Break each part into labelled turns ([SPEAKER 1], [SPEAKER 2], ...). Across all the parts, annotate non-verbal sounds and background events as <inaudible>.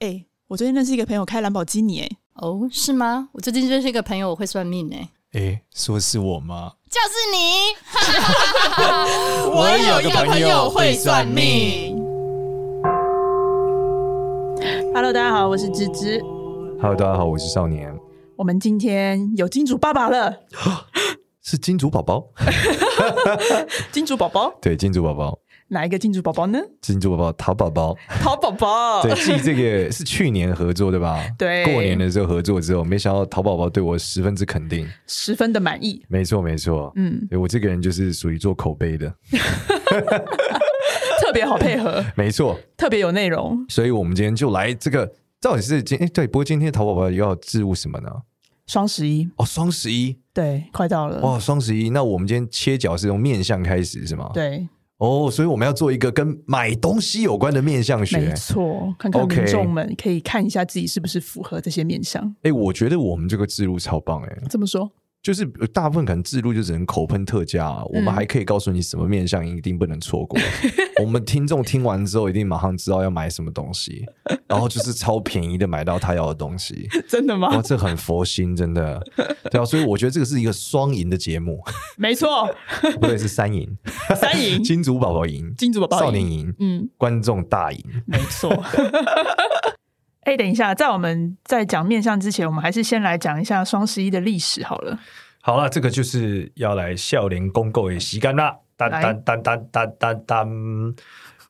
[SPEAKER 1] 哎、我最近认识一个朋友开兰博基尼、哎，
[SPEAKER 2] 哦，是吗？我最近认识一个朋友，我会算命呢、
[SPEAKER 3] 诶，说是我吗？
[SPEAKER 2] 就是你。
[SPEAKER 3] 我有个朋友会算命。
[SPEAKER 1] Hello，大家好，我是芝芝。
[SPEAKER 4] Hello，大家好，我是少年，
[SPEAKER 1] 我们今天有金主爸爸了，
[SPEAKER 4] 是金主宝宝。
[SPEAKER 1] 金主宝宝，
[SPEAKER 4] 对，金主宝宝，
[SPEAKER 1] 哪一个金主宝宝呢？
[SPEAKER 4] 金主宝宝，淘宝宝。
[SPEAKER 1] 淘宝宝。
[SPEAKER 4] 对，继这个是去年合作对吧？
[SPEAKER 1] 哦 <laughs> 对
[SPEAKER 4] 过年的时候合作之后，没想到淘宝宝对我十分之肯定。
[SPEAKER 1] 十分的满意。
[SPEAKER 4] 没错，没错。
[SPEAKER 1] 嗯，
[SPEAKER 4] 对我这个人就是属于做口碑的，
[SPEAKER 1] 特别好配合，
[SPEAKER 4] <laughs> 没错。
[SPEAKER 1] 特别有内容。
[SPEAKER 4] 所以我们今天就来这个，到底是今诶对，不过今天淘宝宝要置入什么呢？
[SPEAKER 1] 双十一，
[SPEAKER 4] 哦，双十一
[SPEAKER 1] 对，快到了。
[SPEAKER 4] 哇，双十一，那我们今天切角是从面相开始是吗？。
[SPEAKER 1] 对，
[SPEAKER 4] 哦，所以我们要做一个跟买东西有关的面相学。
[SPEAKER 1] 没错，看看
[SPEAKER 4] 欸 OK
[SPEAKER 1] 民众们可以看一下自己是不是符合这些面相。
[SPEAKER 4] 哎、我觉得我们这个制度超棒哎、
[SPEAKER 1] 这么说，
[SPEAKER 4] 就是呃大部分可能制度就只能口喷特价、啊，我
[SPEAKER 1] 嗯
[SPEAKER 4] 们还可以告诉你什么面相一定不能错
[SPEAKER 1] <laughs>
[SPEAKER 4] 过。我们听众听完之后，一定马上知道要买什么东西，然后就是超便宜的买到他要的
[SPEAKER 1] <laughs>
[SPEAKER 4] 东西。
[SPEAKER 1] 真的
[SPEAKER 4] 哇，
[SPEAKER 1] 吗？
[SPEAKER 4] 这很佛心，真的，对啊，所以我觉得这个是一个双赢的
[SPEAKER 1] <laughs>
[SPEAKER 4] 节目，
[SPEAKER 1] 没错，
[SPEAKER 4] 不对，是三赢，
[SPEAKER 1] 三赢，
[SPEAKER 4] <laughs> 金主宝宝赢，
[SPEAKER 1] 金主宝宝赢
[SPEAKER 4] 少年赢，
[SPEAKER 1] 嗯，
[SPEAKER 4] 观众大赢。
[SPEAKER 1] 没错。 <laughs> 哎、等一下，在我们在讲面相之前，我们还是先来讲一下双十一的历史好了。
[SPEAKER 3] 好了，这个就是要来笑脸公告的时间啦！当
[SPEAKER 1] 来
[SPEAKER 3] 当当当当当当，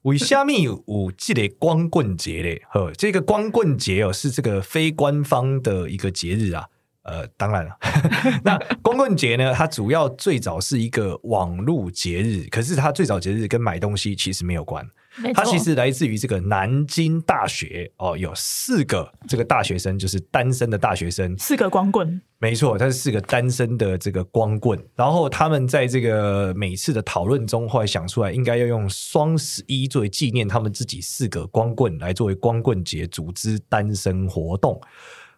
[SPEAKER 3] 为什么有这个光棍节嘞？呵，这个光棍节哦，是这个非官方的一个节日啊。呃，当然了， <laughs> 那光棍节呢，它主要最早是一个网络节日，可是它最早节日跟买东西其实没有关，
[SPEAKER 1] 没
[SPEAKER 3] 它其实来自于这个南京大学哦，有四个这个大学生，就是单身的大学生，
[SPEAKER 1] 四个光棍，
[SPEAKER 3] 没错，他是个单身的这个光棍。然后他们在这个每次的讨论中，后来想出来应该要用双十一作为纪念他们自己四个光棍，来作为光棍节组织单身活动。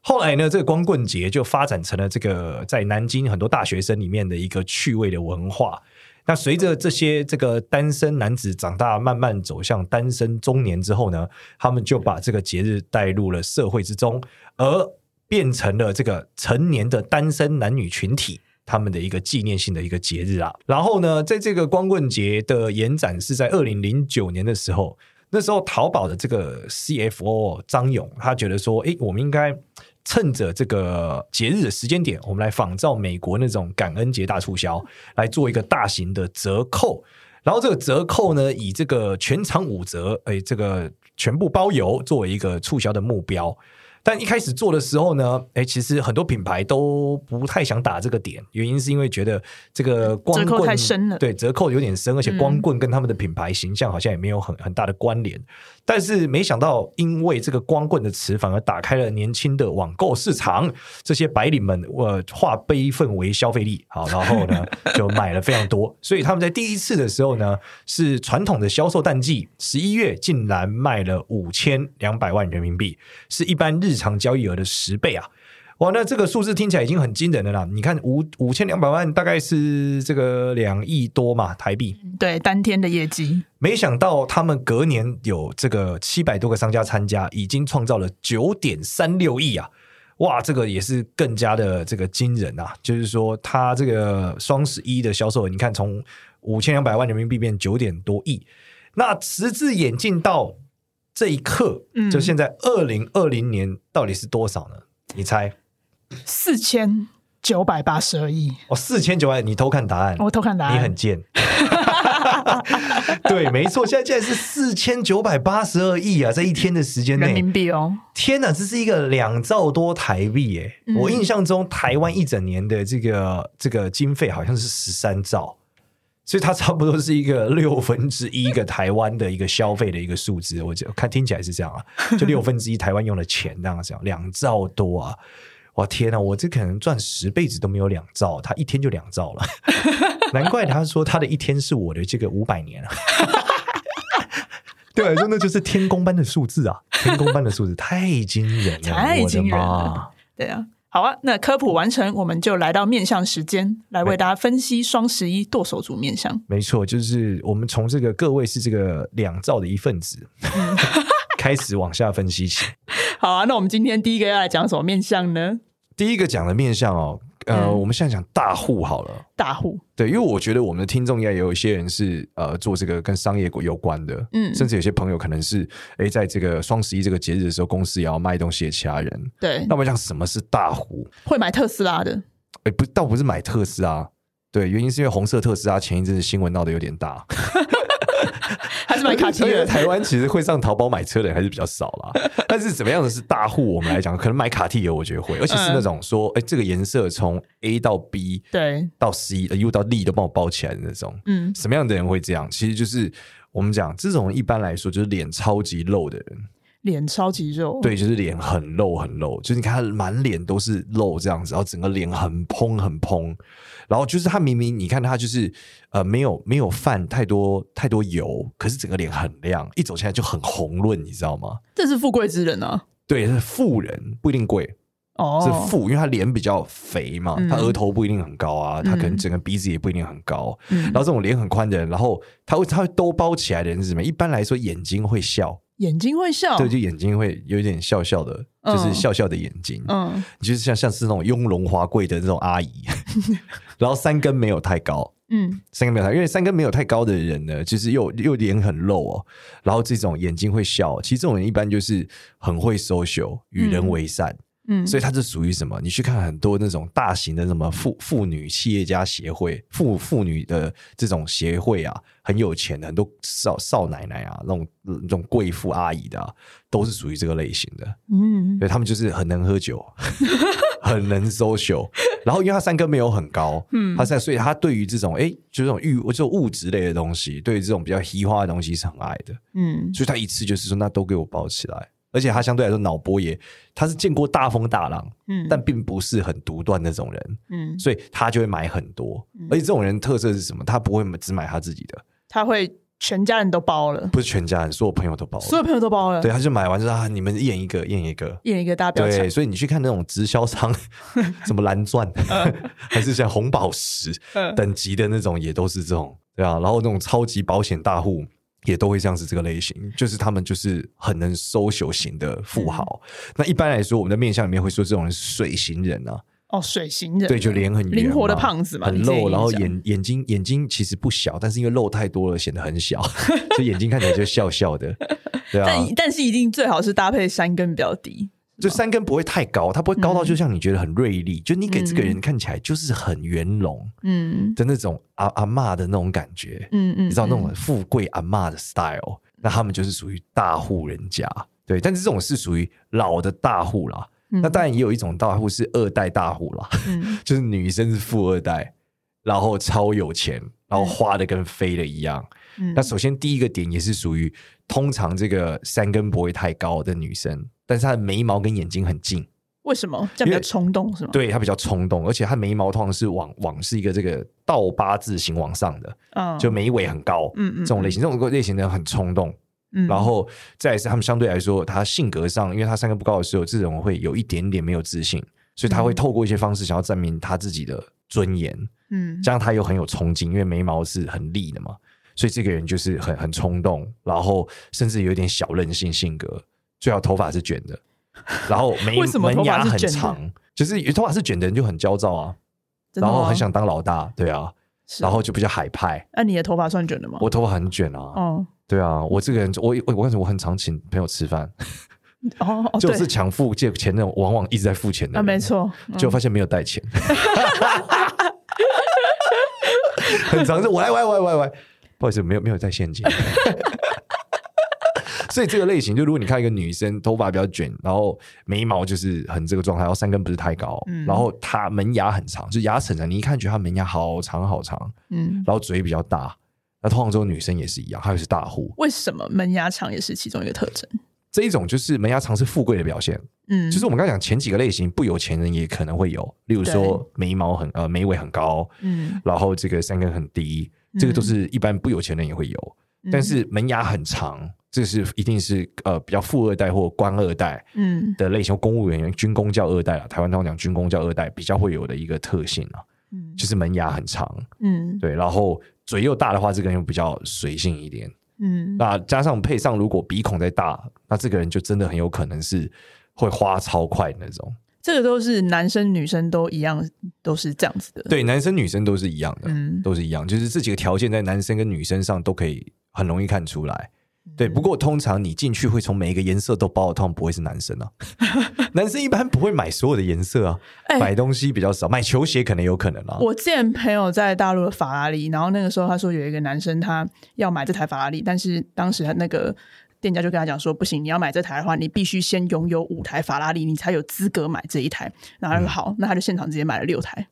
[SPEAKER 3] 后来呢，这个光棍节就发展成了这个在南京很多大学生里面的一个趣味的文化。那随着这些这个单身男子长大，慢慢走向单身中年之后呢，他们就把这个节日带入了社会之中，而变成了这个成年的单身男女群体。他们的一个纪念性的一个节日啊，然后呢，在这个光棍节的延展是在二零零九年的时候，那时候淘宝的这个 CFO 张勇，他觉得说，诶，我们应该趁着这个节日的时间点，我们来仿照美国那种感恩节大促销，来做一个大型的折扣。然后这个折扣呢，以这个全场五折，诶，这个全部包邮作为一个促销的目标。但一开始做的时候呢，诶，其实很多品牌都不太想打这个点，原因是因为觉得这个光
[SPEAKER 1] 折扣
[SPEAKER 3] 棍
[SPEAKER 1] 太深了
[SPEAKER 3] 对，折扣有点深，而且
[SPEAKER 1] 嗯
[SPEAKER 3] 光棍跟他们的品牌形象好像也没有很很大的关联。但是没想到，因为这个“光棍”的词，反而打开了年轻的网购市场。这些白领们，呃，化悲愤为消费力，好，然后呢，就买了非常多。所以他们在第一次的时候呢，是传统的销售淡季，十一月竟然卖了五千两百万人民币，是一般日常交易额的十倍啊！哇，那这个数字听起来已经很惊人了啦！你看五五千两百万，大概是这个两亿多嘛台币。
[SPEAKER 1] 对，当天的业绩，
[SPEAKER 3] 没想到他们隔年有这个七百多个商家参加，已经创造了九点三六亿啊！哇，这个也是更加的这个惊人啊！就是说，它这个双十一的销售额，你看从五千两百万人民币变九点多亿，那时至演进到这一刻，
[SPEAKER 1] 嗯
[SPEAKER 3] 就现在二零二零年到底是多少呢？你猜？
[SPEAKER 1] 四千九百八十二亿。
[SPEAKER 3] 哦，四千九百，你偷看答案，
[SPEAKER 1] 我偷看答案，
[SPEAKER 3] 你
[SPEAKER 1] <laughs>
[SPEAKER 3] 很贱。对，没错，现在竟然是四千九百八十二亿啊，在一天的时间
[SPEAKER 1] 人
[SPEAKER 3] 内，
[SPEAKER 1] 民币哦，
[SPEAKER 3] 天哪，这是一个两兆多台币耶！
[SPEAKER 1] 嗯
[SPEAKER 3] 我印象中，台湾一整年的这个这个经费好像是十三兆，所以它差不多是一个 <laughs> 六分之一个台湾的一个消费的一个数字。我就看听起来是这样啊，就六分之一台湾用的钱这样子啊，两兆多啊！哇天哪，我这可能赚十辈子都没有两兆，他一天就两兆了， <laughs> 难怪他说他的一天是我的这个五百年啊。 <laughs> 对我来说，那就是天宫般的数字啊！天宫般的数字太惊人了，
[SPEAKER 1] 太惊人
[SPEAKER 3] 我的
[SPEAKER 1] 了
[SPEAKER 3] 妈。
[SPEAKER 1] 对啊。好啊，那科普完成，我们就来到面相时间，来为大家分析双十一剁手族面相。
[SPEAKER 3] 没错，就是我们从
[SPEAKER 1] <laughs>
[SPEAKER 3] 这个各位是这个两兆的一份子、开始往下分析起。
[SPEAKER 1] 好啊，那我们今天第一个要来讲什么面相呢？
[SPEAKER 3] 第一个讲的面相哦，呃，
[SPEAKER 1] 嗯
[SPEAKER 3] 我们现在讲大户好了。
[SPEAKER 1] 大户，
[SPEAKER 3] 对，因为我觉得我们的听众应该也有一些人是呃做这个跟商业有关的，
[SPEAKER 1] 嗯
[SPEAKER 3] 甚至有些朋友可能是哎在这个双十一这个节日的时候，公司也要卖东西给其他人。
[SPEAKER 1] 对
[SPEAKER 3] 那，我们讲什么是大户？
[SPEAKER 1] 会买特斯拉的，
[SPEAKER 3] 哎，不，倒不是买特斯拉，对，原因是因为红色特斯拉前一阵子新闻闹得有点大，
[SPEAKER 1] 还是买卡西 <laughs>
[SPEAKER 3] 而且
[SPEAKER 1] 的？
[SPEAKER 3] <laughs> 台湾其实会上淘宝买车的人还是比较少啦。但是怎么样的是大户，我们来讲，可能买卡地油我觉得会，而且是那种说，哎、这个颜色从 A 到 B
[SPEAKER 1] 嗯对，
[SPEAKER 3] 到 C 呃 U 到 D 都帮我包起来的那种。
[SPEAKER 1] 嗯，
[SPEAKER 3] 什么样的人会这样？其实就是我们讲，这种一般来说就是脸超级肉的人，
[SPEAKER 1] 嗯脸超级肉，，
[SPEAKER 3] 对，就是脸很肉很肉，就是你看他满脸都是肉这样子，然后整个脸很嘭很嘭，然后就是他明明你看他就是呃没有没有泛太多太多油，可是整个脸很亮，一走起来就很红润，你知道吗？
[SPEAKER 1] 这是富贵之人啊。
[SPEAKER 3] 对，是富人不一定贵，
[SPEAKER 1] 哦，
[SPEAKER 3] 是富，因为他脸比较肥嘛，
[SPEAKER 1] 嗯
[SPEAKER 3] 他额头不一定很高啊，他可能
[SPEAKER 1] 嗯
[SPEAKER 3] 整个鼻子也不一定很高，
[SPEAKER 1] 嗯
[SPEAKER 3] 然后这种脸很宽的人，然后他会他会都包起来的人是什么？一般来说眼睛会笑，
[SPEAKER 1] 眼睛会笑，
[SPEAKER 3] 对，就眼睛会有一点笑笑的，
[SPEAKER 1] 哦嗯
[SPEAKER 3] 就是笑笑的眼睛，
[SPEAKER 1] 嗯
[SPEAKER 3] 就是像像是那种雍容华贵的那种
[SPEAKER 1] <laughs>
[SPEAKER 3] 阿姨，然后三根没有太高。
[SPEAKER 1] 嗯
[SPEAKER 3] 三根没有太高，因为三根没有太高的人呢，就是又又脸很露哦，然后这种眼睛会笑，哦其实这种人一般就是很会 social，与人为善，
[SPEAKER 1] 嗯，
[SPEAKER 3] 所
[SPEAKER 1] 以
[SPEAKER 3] 以他就属于什么？你去看很多那种大型的什么妇妇女企业家协会、妇妇女的这种协会啊，很有钱的，很多少少奶奶啊，那种那种贵妇阿姨的、啊，都是属于这个类型的。
[SPEAKER 1] 嗯
[SPEAKER 3] 对他们就是很能
[SPEAKER 1] <laughs>
[SPEAKER 3] 喝酒，很能 social。然后因为他三根没有很高，
[SPEAKER 1] 嗯
[SPEAKER 3] 他在所以他对于这种哎，就这种欲就物质类的东西，对于这种比较稀化的东西是很爱的。
[SPEAKER 1] 嗯，
[SPEAKER 3] 所以他一次就是说，那都给我包起来。而且他相对来说脑波也，他是见过大风大浪，
[SPEAKER 1] 嗯
[SPEAKER 3] 但并不是很独断那种人，
[SPEAKER 1] 嗯，
[SPEAKER 3] 所以他就会买很多。而且这种人特色是什么？他不会只买他自己的，
[SPEAKER 1] 他会全家人都包了，
[SPEAKER 3] 不是全家人，所有朋友都包
[SPEAKER 1] 所有
[SPEAKER 3] 了。
[SPEAKER 1] 朋友都包了，
[SPEAKER 3] 对，，他就买完之后，啊你们一人一个，一人一个。
[SPEAKER 1] 一人一个大标
[SPEAKER 3] 对，
[SPEAKER 1] 签，
[SPEAKER 3] 所以你去看那种直销
[SPEAKER 1] <laughs>
[SPEAKER 3] 商，什么蓝钻， <laughs> 还是像红宝石
[SPEAKER 1] 嗯
[SPEAKER 3] 等级的那种，也都是这种，对啊。然后那种超级保险大户也都会像是这个类型，就是他们就是很能 social 型的
[SPEAKER 1] 嗯
[SPEAKER 3] 富豪。那一般来说，我们的面相里面会说这种人是水型人啊，
[SPEAKER 1] 哦，水型人，
[SPEAKER 3] <laughs> 对，就脸很圆
[SPEAKER 1] 灵活的
[SPEAKER 3] 嘛
[SPEAKER 1] 胖子嘛，
[SPEAKER 3] 很
[SPEAKER 1] 你之前
[SPEAKER 3] 露，
[SPEAKER 1] 也
[SPEAKER 3] 然后
[SPEAKER 1] 讲
[SPEAKER 3] 眼眼睛眼睛其实不小，但是因为肉太多了，显得很小， <laughs> 所以眼睛看起来就笑
[SPEAKER 1] <laughs>
[SPEAKER 3] 笑的，对啊。
[SPEAKER 1] 但但是一定最好是搭配山根比较低，
[SPEAKER 3] 就三根不会太高，它不会高到就像你觉得很锐利，就你给这个人
[SPEAKER 1] 嗯
[SPEAKER 3] 看起来就是很圆融
[SPEAKER 1] 嗯
[SPEAKER 3] 的那种阿阿嬷的那种感觉，
[SPEAKER 1] 嗯嗯，
[SPEAKER 3] 你知道那
[SPEAKER 1] 嗯
[SPEAKER 3] 种富贵阿嬷的 style，那他们就是属于大户人家，对，但是这种是属于老的大户啦。
[SPEAKER 1] 嗯
[SPEAKER 3] 那当然也有一种大户是二代大户啦，
[SPEAKER 1] 嗯
[SPEAKER 3] 就是女生是富二代，然后超有钱，然后花的跟飞的一样。
[SPEAKER 1] 嗯
[SPEAKER 3] <laughs> 那首先第一个点也是属于通常这个三根不会太高的女生，但是她的眉毛跟眼睛很近。
[SPEAKER 1] 为什么这样比较冲动是吗？
[SPEAKER 3] 对他比较冲动，而且他眉毛通常是往往是一个这个倒八字形往上的，
[SPEAKER 1] 嗯，
[SPEAKER 3] 就眉尾很高，
[SPEAKER 1] 嗯嗯
[SPEAKER 3] 这种类型，这种类型的人很冲动。
[SPEAKER 1] 嗯，
[SPEAKER 3] 然后再来是他们相对来说，他性格上，因为他三个不高的时候，这种会有一点点没有自信，所以他
[SPEAKER 1] 嗯
[SPEAKER 3] 会透过一些方式想要证明他自己的尊严，
[SPEAKER 1] 嗯
[SPEAKER 3] 这样他又很有冲劲，因为眉毛是很立的嘛，所以这个人就是很很冲动，然后甚至有点小任性性格，最好头发是卷
[SPEAKER 1] <laughs>
[SPEAKER 3] 的，然后眉
[SPEAKER 1] 为什么头
[SPEAKER 3] 门
[SPEAKER 1] 发
[SPEAKER 3] 牙
[SPEAKER 1] 是
[SPEAKER 3] 很
[SPEAKER 1] 卷的
[SPEAKER 3] 长，就是头发是卷的人就很焦躁啊，
[SPEAKER 1] 真的
[SPEAKER 3] 然后
[SPEAKER 1] 吗
[SPEAKER 3] 很想当老大，对啊，
[SPEAKER 1] 是
[SPEAKER 3] 然后就比较海派。
[SPEAKER 1] 那你的头发算卷的吗？
[SPEAKER 3] 我头发很卷啊，
[SPEAKER 1] 哦
[SPEAKER 3] 对啊，我这个人，我我我我很常请朋友吃饭，
[SPEAKER 1] 哦哦，
[SPEAKER 3] 就
[SPEAKER 1] 对
[SPEAKER 3] 是抢付借钱那种，往往一直在付钱
[SPEAKER 1] 啊，
[SPEAKER 3] 的人
[SPEAKER 1] 没错，嗯
[SPEAKER 3] 就发现没有带钱，很常是喂喂喂喂喂，不好意思，没有没有带现金。 <laughs> 所以这个类型，就如果你看一个女生头发比较卷，然后眉毛就是很这个状态，然后三根不是太高，
[SPEAKER 1] 嗯
[SPEAKER 3] 然后她门牙很长，就牙齿很长，你一看觉得她门牙好长好长，
[SPEAKER 1] 嗯，
[SPEAKER 3] 然后嘴比较大。那通常这种女生也是一样，她也是大户。
[SPEAKER 1] 为什么门牙长也是其中一个特征？
[SPEAKER 3] 这一种就是门牙长是富贵的表现，
[SPEAKER 1] 嗯，
[SPEAKER 3] 就是我们刚刚讲前几个类型，不有钱人也可能会有，例如说眉毛很呃眉尾很高，
[SPEAKER 1] 嗯，
[SPEAKER 3] 然后这个三根很低，这个都是一般不有钱人也会有，
[SPEAKER 1] 嗯
[SPEAKER 3] 但是门牙很长，这是一定是呃比较富二代或官二代
[SPEAKER 1] 嗯
[SPEAKER 3] 的类型，公务员、军工叫二代啊，台湾通常讲军工叫二代比较会有的一个特性啊，
[SPEAKER 1] 嗯
[SPEAKER 3] 就是门牙很长，
[SPEAKER 1] 嗯
[SPEAKER 3] 对，然后嘴又大的话，这个人又比较随性一点，
[SPEAKER 1] 嗯
[SPEAKER 3] 那加上配上如果鼻孔再大，那这个人就真的很有可能是会花超快那种。
[SPEAKER 1] 这个都是男生女生都一样，都是这样子的。，
[SPEAKER 3] 对，男生女生都是一样的，
[SPEAKER 1] 嗯
[SPEAKER 3] 都是一样，就是这几个条件在男生跟女生上都可以很容易看出来。对，
[SPEAKER 1] 嗯
[SPEAKER 3] 不过通常你进去会从每一个颜色都包的，通常不会是男
[SPEAKER 1] <laughs>
[SPEAKER 3] 生啊。男生一般不会买所有的颜色啊，
[SPEAKER 1] 哎
[SPEAKER 3] 买东西比较少，买球鞋可能有可能啊。
[SPEAKER 1] 我之前朋友在大陆的法拉利，然后那个时候他说有一个男生他要买这台法拉利，但是当时他那个店家就跟他讲说，不行，你要买这台的话，你必须先拥有五台法拉利，你才有资格买这一台。然后他说好，那他就现场直接买了六 <laughs> 台。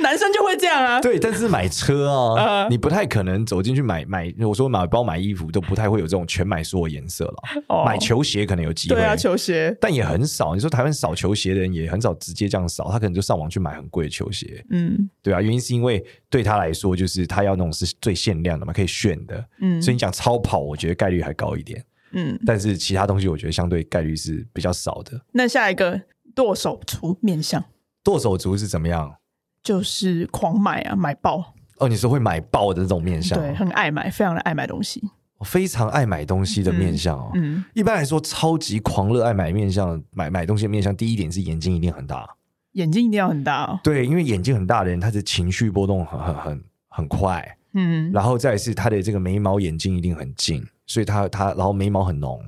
[SPEAKER 1] 男生就会这样啊，
[SPEAKER 3] 对，但是买车
[SPEAKER 1] <laughs>
[SPEAKER 3] 啊，
[SPEAKER 1] 呃
[SPEAKER 3] 你不太可能走进去买买，我说买包买衣服都不太会有这种全买所有颜色了。
[SPEAKER 1] 哦
[SPEAKER 3] 买球鞋可能有机会，
[SPEAKER 1] 对啊，球鞋，
[SPEAKER 3] 但也很少。你说台湾少球鞋的人也很少直接这样扫，他可能就上网去买很贵的球鞋，
[SPEAKER 1] 嗯
[SPEAKER 3] 对啊，原因是因为对他来说，就是他要那种是最限量的嘛，可以炫的。
[SPEAKER 1] 嗯
[SPEAKER 3] 所以你讲超跑，我觉得概率还高一点，
[SPEAKER 1] 嗯。
[SPEAKER 3] 但是其他东西我觉得相对概率是比较少的。
[SPEAKER 1] 那下一个剁手族面相
[SPEAKER 3] 剁手族是怎么样？
[SPEAKER 1] 就是狂买啊，买爆，
[SPEAKER 3] 哦，你是会买爆的这种面相、哦
[SPEAKER 1] 对，很爱买，非常的爱买东西。
[SPEAKER 3] 我非常爱买东西的面相哦。
[SPEAKER 1] 嗯，
[SPEAKER 3] 一般来说，超级狂热爱买面相、买买东西的面相，第一点是眼睛一定很大。
[SPEAKER 1] 眼睛一定要很大哦。
[SPEAKER 3] 对，因为眼睛很大的人，他的情绪波动很很很很快，
[SPEAKER 1] 嗯
[SPEAKER 3] 然后再来是他的这个眉毛、眼睛一定很近，所以他他然后眉毛很浓，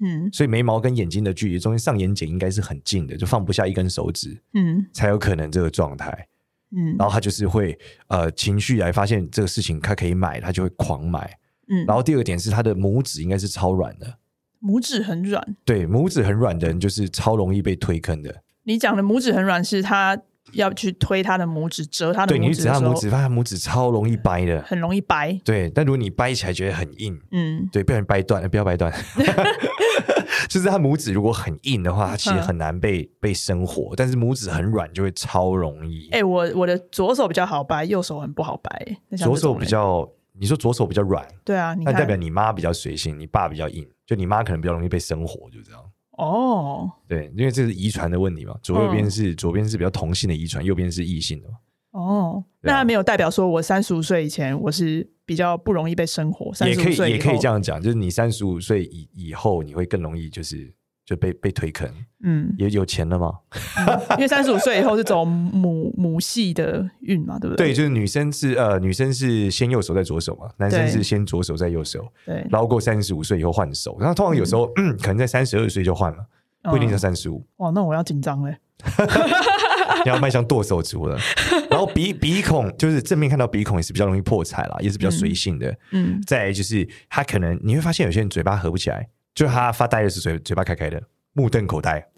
[SPEAKER 1] 嗯
[SPEAKER 3] 所以眉毛跟眼睛的距离中间上眼睑应该是很近的，就放不下一根手指
[SPEAKER 1] 嗯
[SPEAKER 3] 才有可能这个状态。
[SPEAKER 1] 嗯，
[SPEAKER 3] 然后他就是会呃情绪来发现这个事情他可以买，他就会狂买。
[SPEAKER 1] 嗯，
[SPEAKER 3] 然后第二个点是他的拇指应该是超软的，
[SPEAKER 1] 拇指很软。
[SPEAKER 3] 对，拇指很软的人就是超容易被推坑的。
[SPEAKER 1] 你讲的拇指很软是他要去推他的拇指，折他的
[SPEAKER 3] 对，你
[SPEAKER 1] 拇
[SPEAKER 3] 去
[SPEAKER 1] 指
[SPEAKER 3] 指
[SPEAKER 1] 的
[SPEAKER 3] 他
[SPEAKER 1] 时
[SPEAKER 3] 拇
[SPEAKER 1] 候
[SPEAKER 3] 指，，发现拇指超容易掰的。
[SPEAKER 1] 很容易掰。
[SPEAKER 3] 对，但如果你掰起来觉得很硬，
[SPEAKER 1] 嗯
[SPEAKER 3] 对，被人掰断，呃不要掰断， <laughs> 就是他拇指如果很硬的话，它其实
[SPEAKER 1] 嗯
[SPEAKER 3] 很难被被生活，但是拇指很软就会超容易。
[SPEAKER 1] 哎、我我的左手比较好掰，右手很不好掰。那像
[SPEAKER 3] 左
[SPEAKER 1] 这种
[SPEAKER 3] 手比
[SPEAKER 1] 人
[SPEAKER 3] 较，你说左手比较软，
[SPEAKER 1] 对啊，你
[SPEAKER 3] 那
[SPEAKER 1] 看
[SPEAKER 3] 代表你妈比较随性，你爸比较硬，就你妈可能比较容易被生活，就这样。
[SPEAKER 1] 哦
[SPEAKER 3] 对，因为这是遗传的问题嘛，左右
[SPEAKER 1] 嗯
[SPEAKER 3] 边是、左边是比较同性的遗传，右边是异性的嘛。
[SPEAKER 1] 哦，
[SPEAKER 3] 对啊
[SPEAKER 1] 那他没有代表说我三十五岁以前我是比较不容易被生活，三
[SPEAKER 3] 也
[SPEAKER 1] 十
[SPEAKER 3] 可
[SPEAKER 1] 五
[SPEAKER 3] 以
[SPEAKER 1] 岁
[SPEAKER 3] 也可以这
[SPEAKER 1] 样，
[SPEAKER 3] 样讲，就是你三十五岁以以后，你会更容易就是就被被推坑。
[SPEAKER 1] 嗯，
[SPEAKER 3] 也有钱了吗？
[SPEAKER 1] 因为三十五岁以后是走母母系的运嘛，对不
[SPEAKER 3] 对，
[SPEAKER 1] 对？
[SPEAKER 3] 就是女生是呃，女生是先右手再左手嘛，男生
[SPEAKER 1] 对
[SPEAKER 3] 是先左手再右手，
[SPEAKER 1] 对嗯对，
[SPEAKER 3] 然后过三十五岁以后换手，然后通常有时候、 <clears throat> 可能在三十二岁就换了，不一定
[SPEAKER 1] 嗯
[SPEAKER 3] 在三十五，
[SPEAKER 1] 哇，那我要紧张嘞。
[SPEAKER 3] 你要迈向剁
[SPEAKER 1] <laughs>
[SPEAKER 3] 手族了。然后鼻鼻孔就是正面看到鼻孔也是比较容易破财啦，也是比较随性的。
[SPEAKER 1] 嗯
[SPEAKER 3] 再来就是他可能你会发现有些人嘴巴合不起来，就他发呆的时候嘴嘴巴开开的，目瞪
[SPEAKER 1] <laughs>
[SPEAKER 3] 口呆。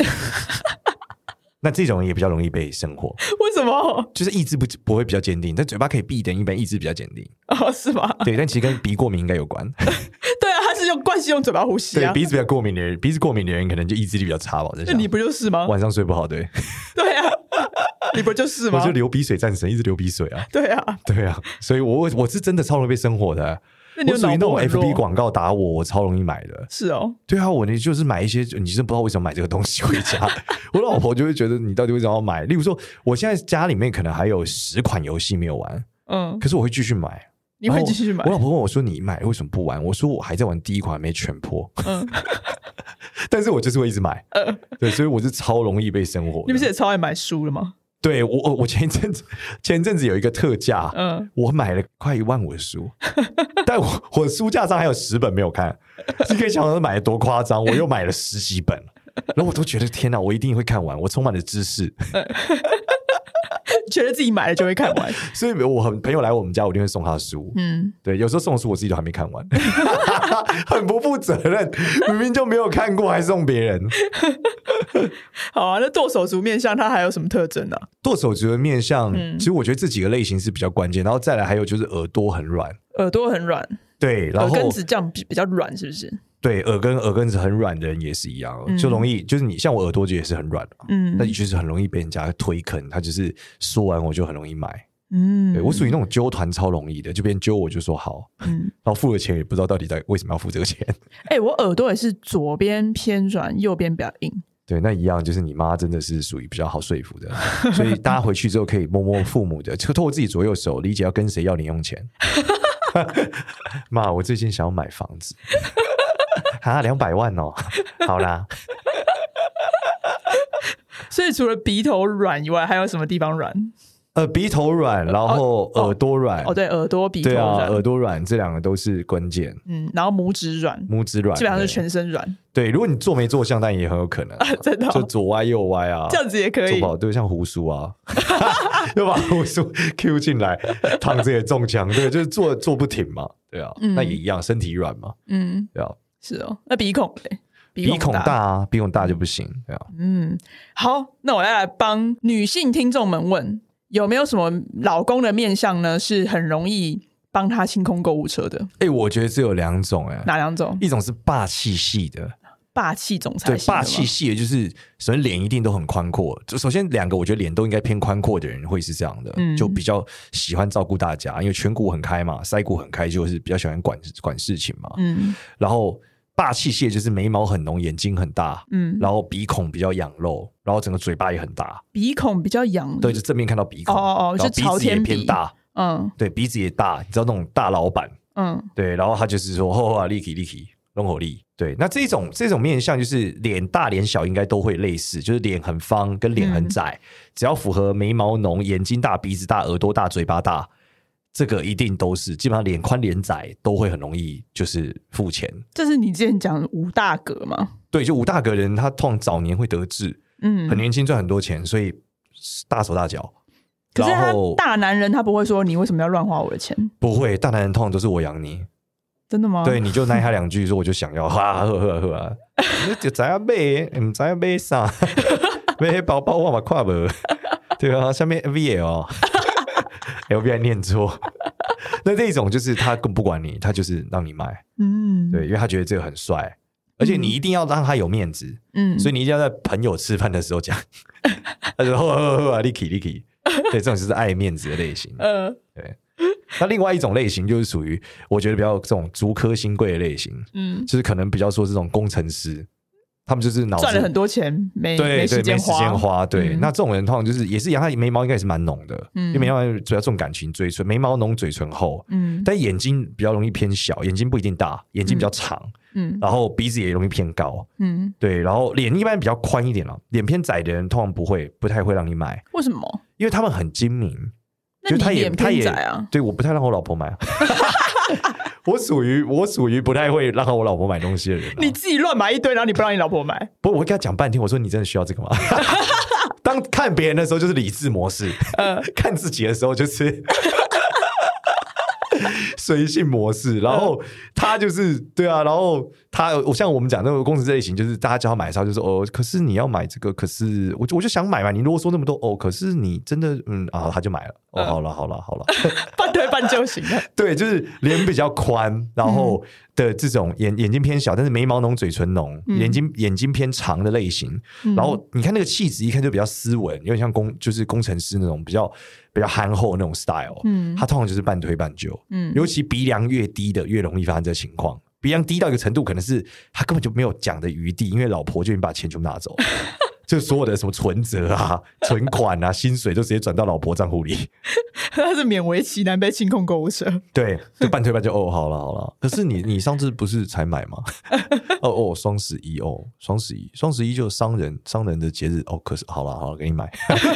[SPEAKER 3] 那这种人也比较容易被生活，
[SPEAKER 1] 为什么？
[SPEAKER 3] 就是意志不不会比较坚定，但嘴巴可以闭的，一般意志比较坚定。
[SPEAKER 1] 哦，是吗？
[SPEAKER 3] 对，但其实跟鼻过敏应该有关。
[SPEAKER 1] 对啊，他是用惯性用嘴巴呼吸
[SPEAKER 3] 对，
[SPEAKER 1] 啊。
[SPEAKER 3] 鼻子比较过敏的人，鼻子过敏的人可能就意志力比较差吧。我在
[SPEAKER 1] 那
[SPEAKER 3] 想
[SPEAKER 1] 你，不就是吗？
[SPEAKER 3] 晚上睡不好，对，
[SPEAKER 1] 对啊， <laughs> 你不就是
[SPEAKER 3] 我
[SPEAKER 1] 吗
[SPEAKER 3] 就？流鼻水战神，一直流鼻水啊，
[SPEAKER 1] 对啊，
[SPEAKER 3] 对啊，所以我我是真的超容易被生活的。啊
[SPEAKER 1] 那你
[SPEAKER 3] 我
[SPEAKER 1] 有
[SPEAKER 3] 属于那
[SPEAKER 1] 脑
[SPEAKER 3] 种
[SPEAKER 1] 波很弱啊
[SPEAKER 3] FB 广告打我，我超容易买的。
[SPEAKER 1] 是哦，
[SPEAKER 3] 对啊，我呢就是买一些，你真不知道为什么买这个东西回
[SPEAKER 1] <laughs>
[SPEAKER 3] 家。我老婆就会觉得你到底为什么要买？例如说，我现在家里面可能还有十款游戏没有玩，
[SPEAKER 1] 嗯，
[SPEAKER 3] 可是我会继续买。
[SPEAKER 1] 你会继续买
[SPEAKER 3] 然后我？我老婆问我说：“你买为什么不玩？”我说：“我还在玩第一款，还没全破。 <laughs>
[SPEAKER 1] 嗯，
[SPEAKER 3] 但是我就是会一直买。
[SPEAKER 1] 呃
[SPEAKER 3] 对，所以我是超容易被生活的。
[SPEAKER 1] 你不是也超爱买书了吗？
[SPEAKER 3] 对我，我我前一阵子前一阵子有一个特价，
[SPEAKER 1] 嗯，
[SPEAKER 3] 我买了快一万五
[SPEAKER 1] <laughs>
[SPEAKER 3] 的书，但我我书架上还有十本没有看，你可以想想买的多夸张，我又买了十几本，然后我都觉得天哪，我一定会看完，我充满了知识，
[SPEAKER 1] 觉得自己买了就会看
[SPEAKER 3] <laughs>
[SPEAKER 1] 完。
[SPEAKER 3] 所以我很朋友来我们家，我一定会送他书。
[SPEAKER 1] 嗯，
[SPEAKER 3] 对，有时候送的书我自己都还没看完， <laughs> 很不负责任，明明就没有看过，还送别人。
[SPEAKER 1] 好啊，那剁手族面相它还有什么特征啊呢？
[SPEAKER 3] 剁手族的面相，
[SPEAKER 1] 嗯
[SPEAKER 3] 其实我觉得这几个类型是比较关键，然后再来还有就是耳朵很软，
[SPEAKER 1] 耳朵很软，
[SPEAKER 3] 对，然
[SPEAKER 1] 耳
[SPEAKER 3] 后
[SPEAKER 1] 根子这样比比较软，是不是？
[SPEAKER 3] 对，耳根耳根子很软的人也是一样，
[SPEAKER 1] 嗯
[SPEAKER 3] 就容易就是你像我耳朵就也是很软嘛，
[SPEAKER 1] 嗯
[SPEAKER 3] 啊那你就是很容易被人家推坑，他就是说完我就很容易买。
[SPEAKER 1] 嗯
[SPEAKER 3] 对我属于那种揪团超容易的，就别人揪我就说好，
[SPEAKER 1] 嗯
[SPEAKER 3] 然后付了钱也不知道到底在为什么要付这个钱。
[SPEAKER 1] 哎、我耳朵也是左边偏软，右边比较硬。
[SPEAKER 3] 对，那一样就是你妈真的是属于比较好说服的，所以大家回去之后可以摸摸父母的，就透过自己左右手理解要跟谁 <laughs> 要零用钱。妈，我最近想要买房子，啊，两百万哦，好啦，
[SPEAKER 1] 所以除了鼻头软以外，还有什么地方软？
[SPEAKER 3] 呃，鼻头软，然后
[SPEAKER 1] 哦
[SPEAKER 3] 耳朵软，
[SPEAKER 1] 哦，对，耳朵、鼻头
[SPEAKER 3] 哎对啊，
[SPEAKER 1] 软，
[SPEAKER 3] 耳朵软这两个都是关键，
[SPEAKER 1] 嗯，然后拇指软，
[SPEAKER 3] 拇指软
[SPEAKER 1] 基本上是
[SPEAKER 3] 对
[SPEAKER 1] 全身软， <laughs>
[SPEAKER 3] 对。如果你坐没坐相，但也很有可能啊，
[SPEAKER 1] 真的哦
[SPEAKER 3] 就左歪右歪啊，
[SPEAKER 1] 这样子也可
[SPEAKER 3] 做
[SPEAKER 1] 以
[SPEAKER 3] 不。好对，像胡叔啊， <laughs> 又把胡叔 Q 进来，躺着也中枪，对，就是坐坐不停嘛，对啊，
[SPEAKER 1] 嗯
[SPEAKER 3] 那也一样，身体软嘛，
[SPEAKER 1] 嗯，
[SPEAKER 3] 对啊，
[SPEAKER 1] 是哦。那鼻孔嘞？
[SPEAKER 3] 鼻孔
[SPEAKER 1] 大。
[SPEAKER 3] 大啊，鼻孔大就不行，对啊，
[SPEAKER 1] 嗯，好，那我再来帮女性听众们问，有没有什么老公的面相呢？是很容易帮他清空购物车的？
[SPEAKER 3] 哎，我觉得只有两种，哎，
[SPEAKER 1] 哪两种？
[SPEAKER 3] 一种是霸气系的，
[SPEAKER 1] 霸气总裁
[SPEAKER 3] 对，
[SPEAKER 1] 型的吗
[SPEAKER 3] 霸气系的就是首先脸一定都很宽阔，就首先两个我觉得脸都应该偏宽阔的人会是这样的，
[SPEAKER 1] 嗯
[SPEAKER 3] 就比较喜欢照顾大家，因为颧骨很开嘛，腮骨很开，就是比较喜欢管管事情嘛，
[SPEAKER 1] 嗯
[SPEAKER 3] 然后。霸气系的就是眉毛很浓，眼睛很大，
[SPEAKER 1] 嗯，
[SPEAKER 3] 然后鼻孔比较仰露，然后整个嘴巴也很大，
[SPEAKER 1] 鼻孔比较仰，
[SPEAKER 3] 对，就正面看到鼻孔，
[SPEAKER 1] 哦哦哦
[SPEAKER 3] 然后
[SPEAKER 1] 就
[SPEAKER 3] 鼻
[SPEAKER 1] 朝
[SPEAKER 3] 子也
[SPEAKER 1] 天
[SPEAKER 3] 偏
[SPEAKER 1] 鼻
[SPEAKER 3] 大，
[SPEAKER 1] 嗯
[SPEAKER 3] 对，鼻子也大，你知道那种大老板，
[SPEAKER 1] 嗯
[SPEAKER 3] 对，然后他就是说，吼吼啊，立体立体，龙口力，对，那这种这种面相就是脸大脸小应该都会类似，就是脸很方跟脸
[SPEAKER 1] 嗯
[SPEAKER 3] 很窄，只要符合眉毛浓、眼睛大、鼻子大、耳朵大、嘴巴大。这个一定都是，基本上脸宽脸窄都会很容易就是付钱。
[SPEAKER 1] 这是你之前讲的五大格嘛？
[SPEAKER 3] 对，就五大个人，他通常早年会得志，
[SPEAKER 1] 嗯
[SPEAKER 3] 很，年轻赚很多钱，所以大手大脚。
[SPEAKER 1] 可是他
[SPEAKER 3] 然后
[SPEAKER 1] 大男人他不会说你为什么要乱花我的钱，
[SPEAKER 3] 不会，大男人通常都是我养你，
[SPEAKER 1] 真的吗？
[SPEAKER 3] 对，，你就耐他两句，说我就想要，哈呵呵呵啊，你就知影买，唔知影买啥，
[SPEAKER 1] <laughs>
[SPEAKER 3] 买包包我嘛看无，对啊，下面 V L 哦，L V I 念错，那这种就是他更不管你，他就是让你买，
[SPEAKER 1] 嗯，
[SPEAKER 3] 对，，因为他觉得这个很帅，而且你一定要让他有面子，
[SPEAKER 1] 嗯，
[SPEAKER 3] 所
[SPEAKER 1] 以
[SPEAKER 3] 以你一定要在朋友吃饭的时
[SPEAKER 1] <laughs>
[SPEAKER 3] 候讲，他说呵呵呵啊，Licky Licky，对，这种就是爱面子的类型。
[SPEAKER 1] <laughs> 呃，
[SPEAKER 3] 那另外一种类型就是属于我觉得比较这种竹科新贵的类型，
[SPEAKER 1] 嗯，
[SPEAKER 3] 就是可能比较说这种工程师，他们就是脑子
[SPEAKER 1] 赚了很多钱，没
[SPEAKER 3] 对对
[SPEAKER 1] 时
[SPEAKER 3] 没
[SPEAKER 1] 间
[SPEAKER 3] 时间
[SPEAKER 1] 花，
[SPEAKER 3] 花，对。
[SPEAKER 1] 嗯
[SPEAKER 3] 那这种人通常就是也是一样，他眉毛应该也是蛮浓的，
[SPEAKER 1] 嗯
[SPEAKER 3] 因为眉毛主要重感情，嘴唇眉毛浓，嘴唇厚。
[SPEAKER 1] 嗯
[SPEAKER 3] 但眼睛比较容易偏小，眼睛不一定大，眼睛比较长，
[SPEAKER 1] 嗯
[SPEAKER 3] 然后鼻子也容易偏高，
[SPEAKER 1] 嗯，
[SPEAKER 3] 对，然后脸一般比较宽一点了，脸偏窄的人通常不会，不太会让你买，
[SPEAKER 1] 为什么？
[SPEAKER 3] 因为他们很精明，
[SPEAKER 1] 那
[SPEAKER 3] 就
[SPEAKER 1] 你
[SPEAKER 3] 他也
[SPEAKER 1] 脸
[SPEAKER 3] 他
[SPEAKER 1] 偏
[SPEAKER 3] 也哦
[SPEAKER 1] 窄啊？
[SPEAKER 3] 对，我不太让我老婆买。 <laughs> 我属于我属于不太会让我老婆买东西的人、啊。
[SPEAKER 1] 你自己乱买一堆，然后你不让你老婆买，
[SPEAKER 3] <laughs> 不，我跟他讲半天，我说你真的需要
[SPEAKER 1] <laughs>
[SPEAKER 3] 这个吗？当看别人的时候就是理智模式， <laughs>
[SPEAKER 1] 呃
[SPEAKER 3] 看自己的时候就是 <laughs> 随性模式。然后他就是对啊，然后他我像我们讲那个工程师类型，就是大家叫他买的时候，他就说哦，可是你要买这个，可是我就我就想买嘛，你啰嗦那么多哦，可是你真的嗯啊，他就买了哦，
[SPEAKER 1] 嗯
[SPEAKER 3] 好了好了好了， <laughs>
[SPEAKER 1] 半推半就行了。
[SPEAKER 3] 对，就是脸比较宽，然后的这种眼眼睛偏小，但是眉毛浓、嘴唇浓，
[SPEAKER 1] 嗯
[SPEAKER 3] 眼睛眼睛偏长的类型。
[SPEAKER 1] 嗯
[SPEAKER 3] 然后你看那个气质，一看就比较斯文，有点像工就是工程师那种比较比较憨厚那种 style。
[SPEAKER 1] 嗯
[SPEAKER 3] 他通常就是半推半就，
[SPEAKER 1] 嗯
[SPEAKER 3] 尤其鼻梁越低的越容易发生这个情况。鼻梁低到一个程度，可能是他根本就没有讲的余地，因为老婆就已经把钱全部拿走了。 <laughs> 就所有的什么存折啊、存款啊、薪水都直接转到老婆账户里，
[SPEAKER 1] <laughs> 他是勉为其难被清空购物车。
[SPEAKER 3] <laughs> 对，就半推半就哦，好了好了。可是你你上次不是才买吗？ <laughs> 哦哦，双十一哦，双十一，双十一就是商人商人的节日哦。可是好了好了，给你买，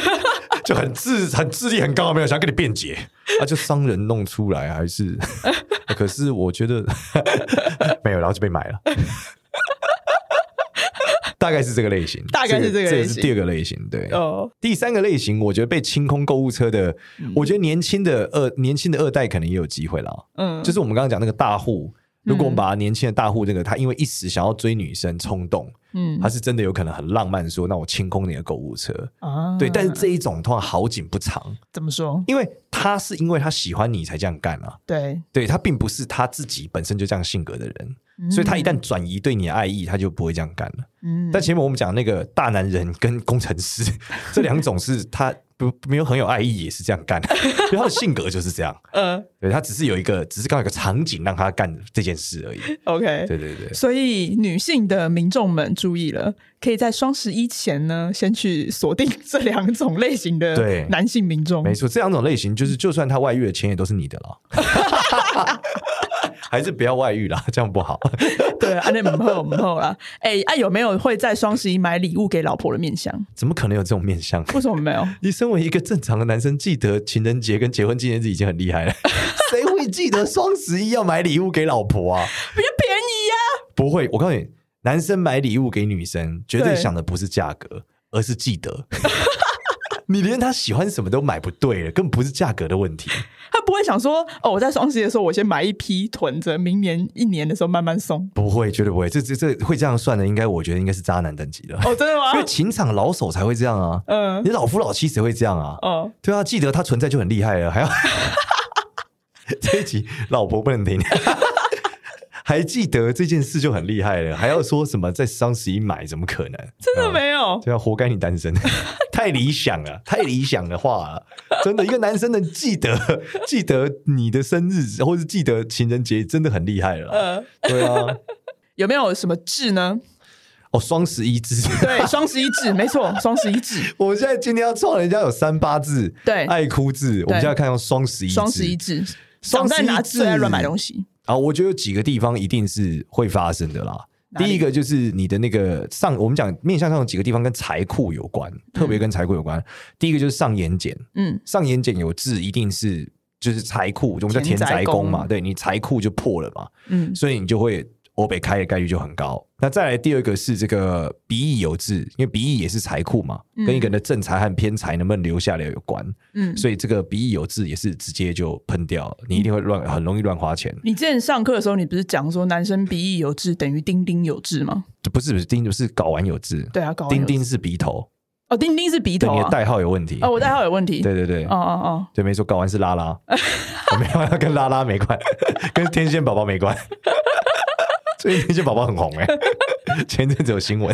[SPEAKER 3] <laughs> 就很智很智力很高，没有想要跟你辩解啊，就商人弄出来还是？ <laughs> 可是我觉得 <laughs> 没有，然后就被买了。 <laughs> 大概是这个类型，
[SPEAKER 1] 大概是这个类型
[SPEAKER 3] 这是第二个类型，对。
[SPEAKER 1] 哦，
[SPEAKER 3] 第三个类型，我觉得被清空购物车的，
[SPEAKER 1] 嗯
[SPEAKER 3] 我觉得年轻的二年轻的二代可能也有机会啦。
[SPEAKER 1] 嗯，
[SPEAKER 3] 就是是我们刚刚讲那个大户，如果我们把年轻的大户这个，他因为一时想要追女生冲动，
[SPEAKER 1] 嗯
[SPEAKER 3] 他是真的有可能很浪漫，说那我清空你的购物车。
[SPEAKER 1] 啊
[SPEAKER 3] 对，但是这一种通常好景不长，
[SPEAKER 1] 怎么说？
[SPEAKER 3] 因为他是因为他喜欢你才这样干啊。
[SPEAKER 1] 对，
[SPEAKER 3] 对他并不是他自己本身就这样性格的人，
[SPEAKER 1] 嗯
[SPEAKER 3] 所以他一旦转移对你的爱意，他就不会这样干了。
[SPEAKER 1] 嗯
[SPEAKER 3] 但前面我们讲那个大男人跟工程
[SPEAKER 1] <laughs>
[SPEAKER 3] 师这两种是他不没有很有爱意，也是这样干，因为他的性格就是这样。
[SPEAKER 1] 呃
[SPEAKER 3] 对他只是有一个，只是刚好有一个场景让他干这件事而已。
[SPEAKER 1] ，OK，
[SPEAKER 3] 对对对，
[SPEAKER 1] 所以女性的民众们注意了，可以在双十一前呢，先去锁定 <laughs> 这两种类型的
[SPEAKER 3] 对
[SPEAKER 1] 男性民众。
[SPEAKER 3] 没错，这两种类型就是，就算他外
[SPEAKER 1] <laughs>
[SPEAKER 3] 遇的钱也都是你的了，还是不要外遇啦，这样不好。
[SPEAKER 1] <laughs> 对啊，那母后母后啦。 <laughs> 哎、啊，有没有会在双十一买礼物给老婆的面相？
[SPEAKER 3] 怎么可能有这种面相？
[SPEAKER 1] 为什么没有？
[SPEAKER 3] 你身为一个正常的男生，记得情人节跟结婚纪念日已经很厉
[SPEAKER 1] <laughs>
[SPEAKER 3] 害了，谁会记得双十一要买礼物给老婆啊？
[SPEAKER 1] 比较便宜呀、
[SPEAKER 3] 不会，我告诉你，男生买礼物给女生，绝对
[SPEAKER 1] 对
[SPEAKER 3] 想的不是价格，而是记得。 <laughs> 你连他喜欢什么都买不对了，根本不是价格的问题。
[SPEAKER 1] 他不会想说哦，我在双十一的时候我先买一批囤着，明年一年的时候慢慢送。
[SPEAKER 3] 不会，绝对不会。这这这会这样算的，应该我觉得应该是渣男等级的，
[SPEAKER 1] 哦，真的
[SPEAKER 3] 因为
[SPEAKER 1] 吗？
[SPEAKER 3] 情场老手才会这样啊。
[SPEAKER 1] <laughs> 嗯
[SPEAKER 3] 你，老夫老妻谁会这样啊？
[SPEAKER 1] 哦，
[SPEAKER 3] 对啊，记得他存在就很厉害了，啊还要 <laughs> 这一集老婆不能停， <laughs> 还记得这件事就很厉害了，还要说什么在双十一买，怎么可能？
[SPEAKER 1] 真的
[SPEAKER 3] 嗯。
[SPEAKER 1] 没有。
[SPEAKER 3] 对啊，活该你单身， <laughs> 太理想了，太理想的话了，真的，一个男生能记得记得你的生日，或是记得情人节，真的很厉害了。
[SPEAKER 1] 呃，
[SPEAKER 3] 对啊，
[SPEAKER 1] 有没有什么痣呢？
[SPEAKER 3] 哦，双十一之，
[SPEAKER 1] 对，双十一痣，没错，双十一痣，
[SPEAKER 3] <laughs> 我们现在今天要创人家有三八字，
[SPEAKER 1] 对
[SPEAKER 3] 爱哭字，我们现在看到双十一字，
[SPEAKER 1] 双十一痣，
[SPEAKER 3] 双
[SPEAKER 1] 长
[SPEAKER 3] 十一
[SPEAKER 1] 在哪
[SPEAKER 3] 痣
[SPEAKER 1] 最爱乱买东西？
[SPEAKER 3] 啊，我觉得有几个地方一定是会发生的啦。
[SPEAKER 1] 哪里
[SPEAKER 3] 第一个就是你的那个上，我们讲面向上有几个地方跟财库有关，特别跟财库有关。第一个就是上眼睑，
[SPEAKER 1] 嗯，
[SPEAKER 3] 上眼睑有痣一定是就是财库，我们叫
[SPEAKER 1] 田
[SPEAKER 3] 田
[SPEAKER 1] 宅
[SPEAKER 3] 宅宫嘛，
[SPEAKER 1] 宫
[SPEAKER 3] 对你财库就破了嘛，
[SPEAKER 1] 嗯
[SPEAKER 3] 所以你就会欧北开的概率就很高。那再来第二个是这个鼻翼有痣，因为鼻翼也是财库嘛，跟一个人的正财和偏财能不能留下来有关，
[SPEAKER 1] 嗯。
[SPEAKER 3] 所以这个鼻翼有痣也是直接就喷掉了，你一定会乱，很容易乱花钱。
[SPEAKER 1] 你之前上课的时候，你不是讲说男生鼻翼有痣等于丁丁有痣吗？
[SPEAKER 3] 不是不是钉钉是睾丸有痣，
[SPEAKER 1] 对啊，搞完有
[SPEAKER 3] 钉钉是鼻头，
[SPEAKER 1] 哦，丁丁是鼻
[SPEAKER 3] 对
[SPEAKER 1] 头
[SPEAKER 3] 你的
[SPEAKER 1] 啊。
[SPEAKER 3] 代号有问题。
[SPEAKER 1] 哦，我代号有问题。
[SPEAKER 3] 对对对，
[SPEAKER 1] 哦哦
[SPEAKER 3] 对没错，睾丸是
[SPEAKER 1] <laughs>
[SPEAKER 3] 拉拉，没有，它跟拉拉没关，跟天线宝宝没关。
[SPEAKER 1] <laughs>
[SPEAKER 3] 最近天线宝宝很红哎、前阵子有新闻。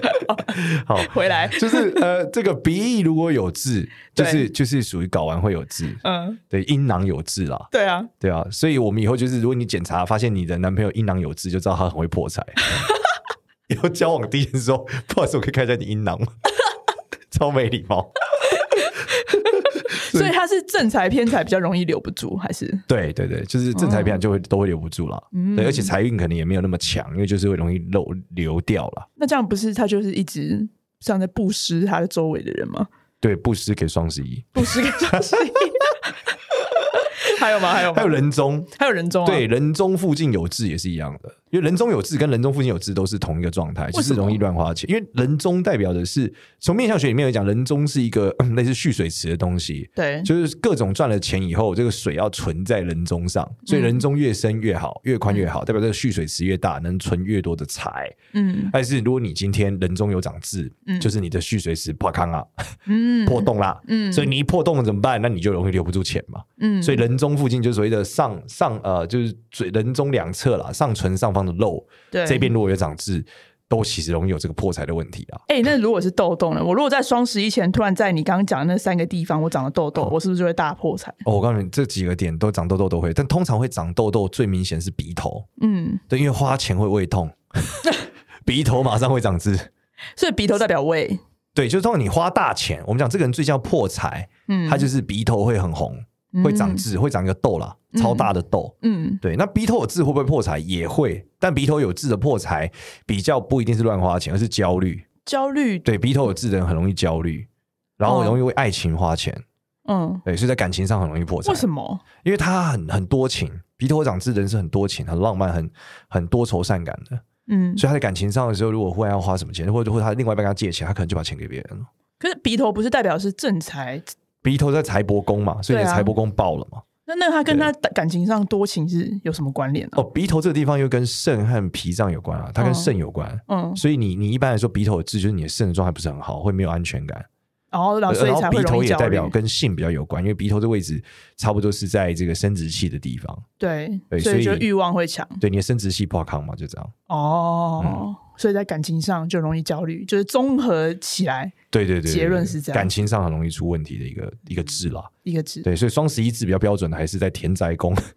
[SPEAKER 1] <laughs>
[SPEAKER 3] 好，
[SPEAKER 1] 哦，回来，
[SPEAKER 3] 就是呃，这个鼻翼如果有痣，就是
[SPEAKER 1] 对
[SPEAKER 3] 就是属于睾丸会有痣，
[SPEAKER 1] 嗯，
[SPEAKER 3] 对，阴囊有痣啦，
[SPEAKER 1] 对啊，
[SPEAKER 3] 对啊，所以我们以后就是，如果你检查发现你的男朋友阴囊有痣，就知道他很会
[SPEAKER 1] <laughs>
[SPEAKER 3] 破财。以后交往第一件事说，不好意思，我可以看一下你
[SPEAKER 1] <laughs>
[SPEAKER 3] 阴囊吗？超没礼貌。
[SPEAKER 1] 所以他是正财偏财比较容易留不住，还是
[SPEAKER 3] 对对对，就是正财偏就会、都会留不住啦。
[SPEAKER 1] 嗯
[SPEAKER 3] 对，而且财运可能也没有那么强，因为就是会容易漏流掉啦。
[SPEAKER 1] 那这样不是他就是一直像在布施他的周围的人吗？
[SPEAKER 3] 对，布施给双十一，
[SPEAKER 1] 布施给双十一， <laughs> 还有吗？还有
[SPEAKER 3] 还
[SPEAKER 1] 吗
[SPEAKER 3] 有？人中，
[SPEAKER 1] 还有人中啊？
[SPEAKER 3] 对，人中附近有痣也是一样的，因为人中有痣跟人中附近有痣都是同一个状态，就
[SPEAKER 1] 为
[SPEAKER 3] 是
[SPEAKER 1] 什么
[SPEAKER 3] 容易乱花钱。因为人中代表的是从面相学里面有讲，人中是一个、嗯类似蓄水池的东西，
[SPEAKER 1] 对，
[SPEAKER 3] 就是各种赚了钱以后，这个水要存在人中上，所
[SPEAKER 1] 嗯
[SPEAKER 3] 以人中越深越好，越宽越好，代表这个蓄水池越大，能存越多的财。
[SPEAKER 1] 嗯
[SPEAKER 3] 但是如果你今天人中有长痣，就是你的蓄水池破康啊，
[SPEAKER 1] 嗯
[SPEAKER 3] <laughs> 破洞啦，
[SPEAKER 1] 嗯
[SPEAKER 3] 所以你一破洞了怎么办？那你就容易留不住钱嘛。
[SPEAKER 1] 嗯，
[SPEAKER 3] 所以人中附近就是所谓的上上呃，就是嘴人中两侧啦，上唇上方的肉
[SPEAKER 1] 对
[SPEAKER 3] 这边如果有长痣，都其实容易有这个破财的问题啊。
[SPEAKER 1] 哎、那如果是痘痘呢？我如果在双十一前突然在你刚刚讲的那三个地方我长了痘痘，
[SPEAKER 3] 哦
[SPEAKER 1] 我是不是就会大破财？
[SPEAKER 3] 哦，我告诉你，这几个点都长痘痘都会，但通常会长痘痘最明显是鼻头，
[SPEAKER 1] 嗯，
[SPEAKER 3] 对，因为花钱会
[SPEAKER 1] <laughs>
[SPEAKER 3] 胃痛，鼻头马上会长痣。
[SPEAKER 1] 所以鼻头代表胃，
[SPEAKER 3] 对，就是通常你花大钱，我们讲这个人最近要破财，
[SPEAKER 1] 嗯，
[SPEAKER 3] 他就是鼻头会很红，会长痣，会长一个痘啦，超大的痘。
[SPEAKER 1] 嗯，
[SPEAKER 3] 对，那鼻头有痣会不会破财？也会，但鼻头有痣的破财比较不一定是乱花钱，而是焦虑。
[SPEAKER 1] 焦虑，
[SPEAKER 3] 对，鼻头有痣的人很容易焦虑，然后很容易为爱情花钱，
[SPEAKER 1] 嗯，
[SPEAKER 3] 对，所以在感情上很容易破财
[SPEAKER 1] 为。什么？
[SPEAKER 3] 因为他很很多情，鼻头长痣的人是很多情、很浪漫、很很多愁善感的，
[SPEAKER 1] 嗯，
[SPEAKER 3] 所以他在感情上的时候，如果忽然要花什么钱，或者或者他另外一半跟他借钱，他可能就把钱给别人了。
[SPEAKER 1] 可是鼻头不是代表是正财，
[SPEAKER 3] 鼻头在财帛宫嘛，所以你的
[SPEAKER 1] 对啊
[SPEAKER 3] 财帛宫爆了嘛。
[SPEAKER 1] 那那他跟他感情上多情是有什么关联呢、
[SPEAKER 3] 哦，鼻头这个地方又跟肾和脾脏有关啊，它跟
[SPEAKER 1] 哦
[SPEAKER 3] 肾有关。
[SPEAKER 1] 嗯，
[SPEAKER 3] 所以你你一般来说鼻头有痣，就是你的肾的状态不是很好，会没有安全感。
[SPEAKER 1] 然后然后哦
[SPEAKER 3] 呃
[SPEAKER 1] 所以
[SPEAKER 3] 然后
[SPEAKER 1] 才
[SPEAKER 3] 鼻
[SPEAKER 1] 会
[SPEAKER 3] 头
[SPEAKER 1] 容易
[SPEAKER 3] 也
[SPEAKER 1] 焦
[SPEAKER 3] 代
[SPEAKER 1] 虑
[SPEAKER 3] 表，跟性比较有关，因为鼻头的位置差不多是在这个生殖器的地方，
[SPEAKER 1] 对
[SPEAKER 3] 对，
[SPEAKER 1] 所以
[SPEAKER 3] 所
[SPEAKER 1] 就
[SPEAKER 3] 以
[SPEAKER 1] 欲望会强。
[SPEAKER 3] 对你的生殖器破康嘛，就这样。
[SPEAKER 1] 哦，
[SPEAKER 3] 嗯
[SPEAKER 1] 所以在感情上就容易焦虑，就是综合起来
[SPEAKER 3] 对对对对
[SPEAKER 1] 结论
[SPEAKER 3] 对
[SPEAKER 1] 是这样
[SPEAKER 3] 感情上很容易出问题的一个一个痣啦。
[SPEAKER 1] 一个字。
[SPEAKER 3] 对，所以双十一痣比较标准的还是在田宅宫， <laughs>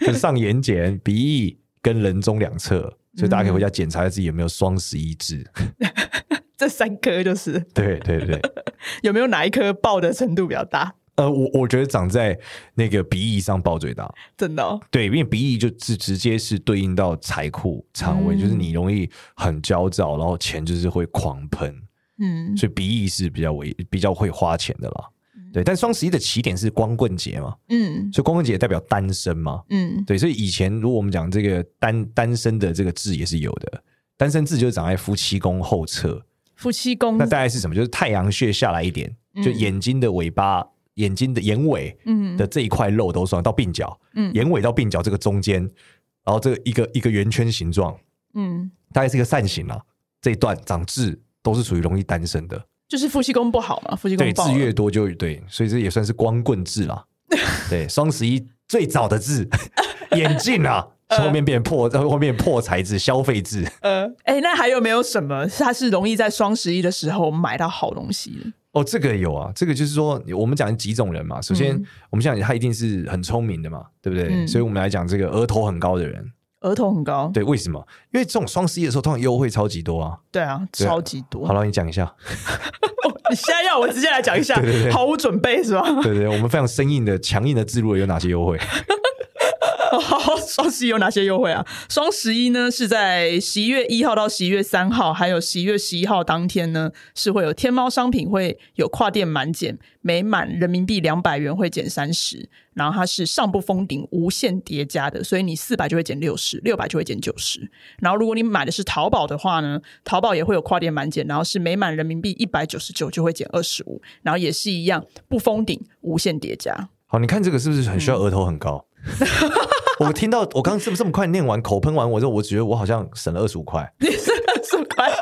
[SPEAKER 3] 就是上眼睑、鼻翼跟人中两侧，所以大家可以回家检查一下自己有没有双十一痣。
[SPEAKER 1] 这三颗就是
[SPEAKER 3] <laughs> 对对对，
[SPEAKER 1] 有没有哪一颗爆的程度比较大？
[SPEAKER 3] 呃，我我觉得长在那个鼻翼上爆最大，
[SPEAKER 1] 真的哦、
[SPEAKER 3] 对，因为鼻翼就直直接是对应到财库、肠胃，就是你容易很焦躁，然后钱就是会狂喷，
[SPEAKER 1] 嗯，
[SPEAKER 3] 所以鼻翼是比较为比较会花钱的啦。对，但双十一的起点是光棍节嘛，
[SPEAKER 1] 嗯
[SPEAKER 3] 所以光棍节代表单身嘛，
[SPEAKER 1] 嗯
[SPEAKER 3] 对，所以以前如果我们讲这个单单身的这个字也是有的，单身字就是长在夫妻宫后侧，
[SPEAKER 1] 夫妻宫
[SPEAKER 3] 那大概是什么？就是太阳穴下来一点，就
[SPEAKER 1] 嗯
[SPEAKER 3] 眼睛的尾巴、眼睛的眼尾
[SPEAKER 1] 嗯
[SPEAKER 3] 的这一块肉都算到鬓角，
[SPEAKER 1] 嗯
[SPEAKER 3] 眼尾到鬓角这个中间，然后这个一个一个圆圈形状，
[SPEAKER 1] 嗯，
[SPEAKER 3] 大概是一个扇形啊。这一段长痣都是属于容易单身的，
[SPEAKER 1] 就是夫妻宫不好嘛，夫妻宫
[SPEAKER 3] 对，
[SPEAKER 1] 爆
[SPEAKER 3] 痣
[SPEAKER 1] 了
[SPEAKER 3] 越多就对，所以这也算是光棍痣
[SPEAKER 1] <laughs>
[SPEAKER 3] 啦。对，双十一最早的痣， <laughs> 眼
[SPEAKER 1] <laughs>
[SPEAKER 3] 镜啊，
[SPEAKER 1] 嗯
[SPEAKER 3] 后面变破，呃后面破财痣、消费痣。
[SPEAKER 1] 呃，哎、那还有没有什么它是容易在双十一的时候买到好东西的？
[SPEAKER 3] 哦，这个有啊，这个就是说，我们讲几种人嘛。首先，
[SPEAKER 1] 嗯
[SPEAKER 3] 我们想他一定是很聪明的嘛，对不对？
[SPEAKER 1] 嗯
[SPEAKER 3] 所以我们来讲这个额头很高的人，
[SPEAKER 1] 额头很高，
[SPEAKER 3] 对，为什么？因为这种双十一的时候，通常优惠超级多啊。
[SPEAKER 1] 对啊，
[SPEAKER 3] 对啊
[SPEAKER 1] 超级多。
[SPEAKER 3] 好了，你讲一下。
[SPEAKER 1] 哦你现在要我直接来讲一下，
[SPEAKER 3] <laughs> 对对对
[SPEAKER 1] 毫无准备是吧？
[SPEAKER 3] 对对对，我们非常生硬的、强硬的自入了有哪些优惠？
[SPEAKER 1] <laughs> 双十一有哪些优惠啊？双十一呢是在十一月一号到十一月三号，还有十一月十一号当天呢是会有天猫商品会有跨店满减，每满人民币两百元会减三十，然后它是上不封顶无限叠加的，所以你四百就会减六十，六百就会减九十。然后如果你买的是淘宝的话呢，淘宝也会有跨店满减，然后是每满人民币一百九十九就会减二十五，然后也是一样不封顶无限叠加。 <laughs>
[SPEAKER 3] 好，你看这个是不是很
[SPEAKER 1] 嗯
[SPEAKER 3] 需要额头很高？我听到我刚刚这么这么快念完口喷完我之后，我觉得我好像省了二十五块。
[SPEAKER 1] 你是 <laughs> 什么快？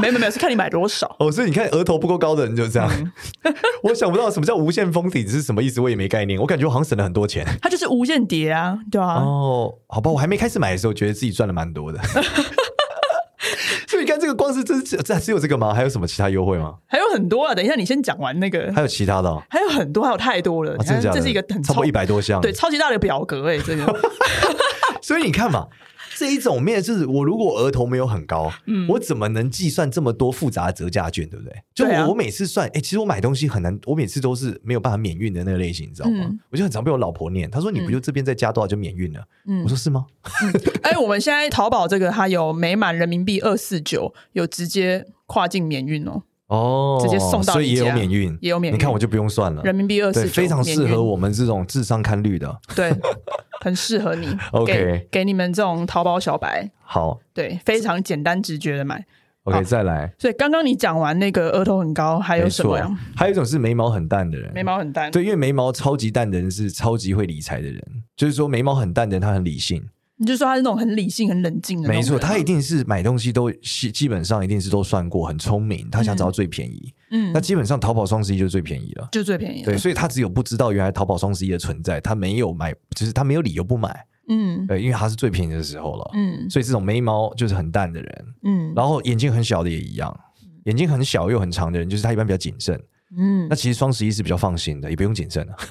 [SPEAKER 1] 没没没有，是看你买多少。
[SPEAKER 3] 哦，所以你看额头不够高的人就这样。
[SPEAKER 1] 嗯
[SPEAKER 3] <laughs> 我想不到什么叫无限封顶是什么意思，我也没概念。我感觉我好像省了很多钱。
[SPEAKER 1] 它就是无间谍啊，对啊，
[SPEAKER 3] 哦，好吧，我还没开始买的时候，觉得自己赚了
[SPEAKER 1] <laughs>
[SPEAKER 3] 蛮多的。所以你看，这个光是这这这只有这个吗？还有什么其他优惠吗？
[SPEAKER 1] 还有很多啊。等一下，你先讲完那个，
[SPEAKER 3] 还有其他的、哦？
[SPEAKER 1] 还有很多，还有太多了。
[SPEAKER 3] 啊、
[SPEAKER 1] 你
[SPEAKER 3] 真
[SPEAKER 1] 看
[SPEAKER 3] 的假的？
[SPEAKER 1] 这是一个很
[SPEAKER 3] 超过
[SPEAKER 1] 超
[SPEAKER 3] 一百多项。
[SPEAKER 1] 对，超级大的表格哎、这
[SPEAKER 3] <laughs>
[SPEAKER 1] 个
[SPEAKER 3] 所以你看嘛，这一种面就是我如果额头没有很高，
[SPEAKER 1] 嗯
[SPEAKER 3] 我怎么能计算这么多复杂的折价券，对不对？就我、
[SPEAKER 1] 对啊
[SPEAKER 3] 我每次算，哎、其实我买东西很难，我每次都是没有办法免运的那个类型，你知道吗？
[SPEAKER 1] 嗯
[SPEAKER 3] 我就很常被我老婆念，她说你不就这边再加多少就免运了？
[SPEAKER 1] 嗯
[SPEAKER 3] 我说是吗？
[SPEAKER 1] 哎、我们现在淘宝这个它有每满人民币二四九，有直接跨境免运哦，
[SPEAKER 3] 哦
[SPEAKER 1] 直接送到
[SPEAKER 3] 所以
[SPEAKER 1] 你
[SPEAKER 3] 也有
[SPEAKER 1] 家
[SPEAKER 3] 免运，
[SPEAKER 1] 也有免运
[SPEAKER 3] 你看我就不用算了。
[SPEAKER 1] 人民币二
[SPEAKER 3] 嗯对，
[SPEAKER 1] 四九，
[SPEAKER 3] 非常适合
[SPEAKER 1] 我，
[SPEAKER 3] 我们这种智商看绿的。 <laughs>
[SPEAKER 1] 对，很适合你。
[SPEAKER 3] OK
[SPEAKER 1] 给给你们这种淘宝小白，
[SPEAKER 3] 好
[SPEAKER 1] 对，非常简单直觉的买。
[SPEAKER 3] ，OK，
[SPEAKER 1] 好
[SPEAKER 3] 再来。
[SPEAKER 1] 所以刚刚你讲完那个额头很高，还有
[SPEAKER 3] 没
[SPEAKER 1] 什么
[SPEAKER 3] 错
[SPEAKER 1] 呀？，
[SPEAKER 3] 还有一种是眉毛很淡的人，
[SPEAKER 1] 眉毛很淡，
[SPEAKER 3] 对，因为眉毛超级淡的人是超级会理财的人，就是说眉毛很淡的人他很理性，
[SPEAKER 1] 你就说他是那种很理性、很冷静的那种人
[SPEAKER 3] 没
[SPEAKER 1] 啊，
[SPEAKER 3] 错，他一定是买东西都基基本上一定是都算过，很聪明，他想找到最便宜。
[SPEAKER 1] 嗯
[SPEAKER 3] 那，基本上淘宝双十一就是最便宜了，
[SPEAKER 1] 就最便宜了
[SPEAKER 3] 对，，所以他只有不知道原来淘宝双十一的存在，他没有买，就是他没有理由不买，
[SPEAKER 1] 嗯
[SPEAKER 3] 对，因为他是最便宜的时候了。
[SPEAKER 1] 嗯
[SPEAKER 3] 所以这种眉毛就是很淡的人，
[SPEAKER 1] 嗯
[SPEAKER 3] 然后眼睛很小的也一样，眼睛很小又很长的人，就是他一般比较谨慎。
[SPEAKER 1] 嗯
[SPEAKER 3] 那其实双十一是比较放心的，也不用谨慎了。 <laughs>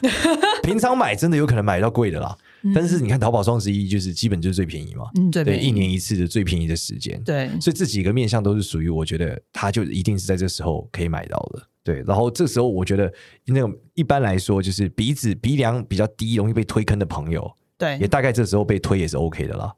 [SPEAKER 3] 平常买真的有可能买到贵的啦，但是你看淘宝双十一就是基本就是最便宜嘛，
[SPEAKER 1] 嗯嗯，最
[SPEAKER 3] 对，
[SPEAKER 1] 便宜
[SPEAKER 3] 一年一次的最便宜的时间。
[SPEAKER 1] 对，
[SPEAKER 3] 所以这几个面向都是属于我觉得它就一定是在这时候可以买到的。对，然后这时候我觉得那种一般来说就是鼻子鼻梁比较低，容易被推坑的朋友，
[SPEAKER 1] 对
[SPEAKER 3] 也大概这时候被推也是 OK 的啦。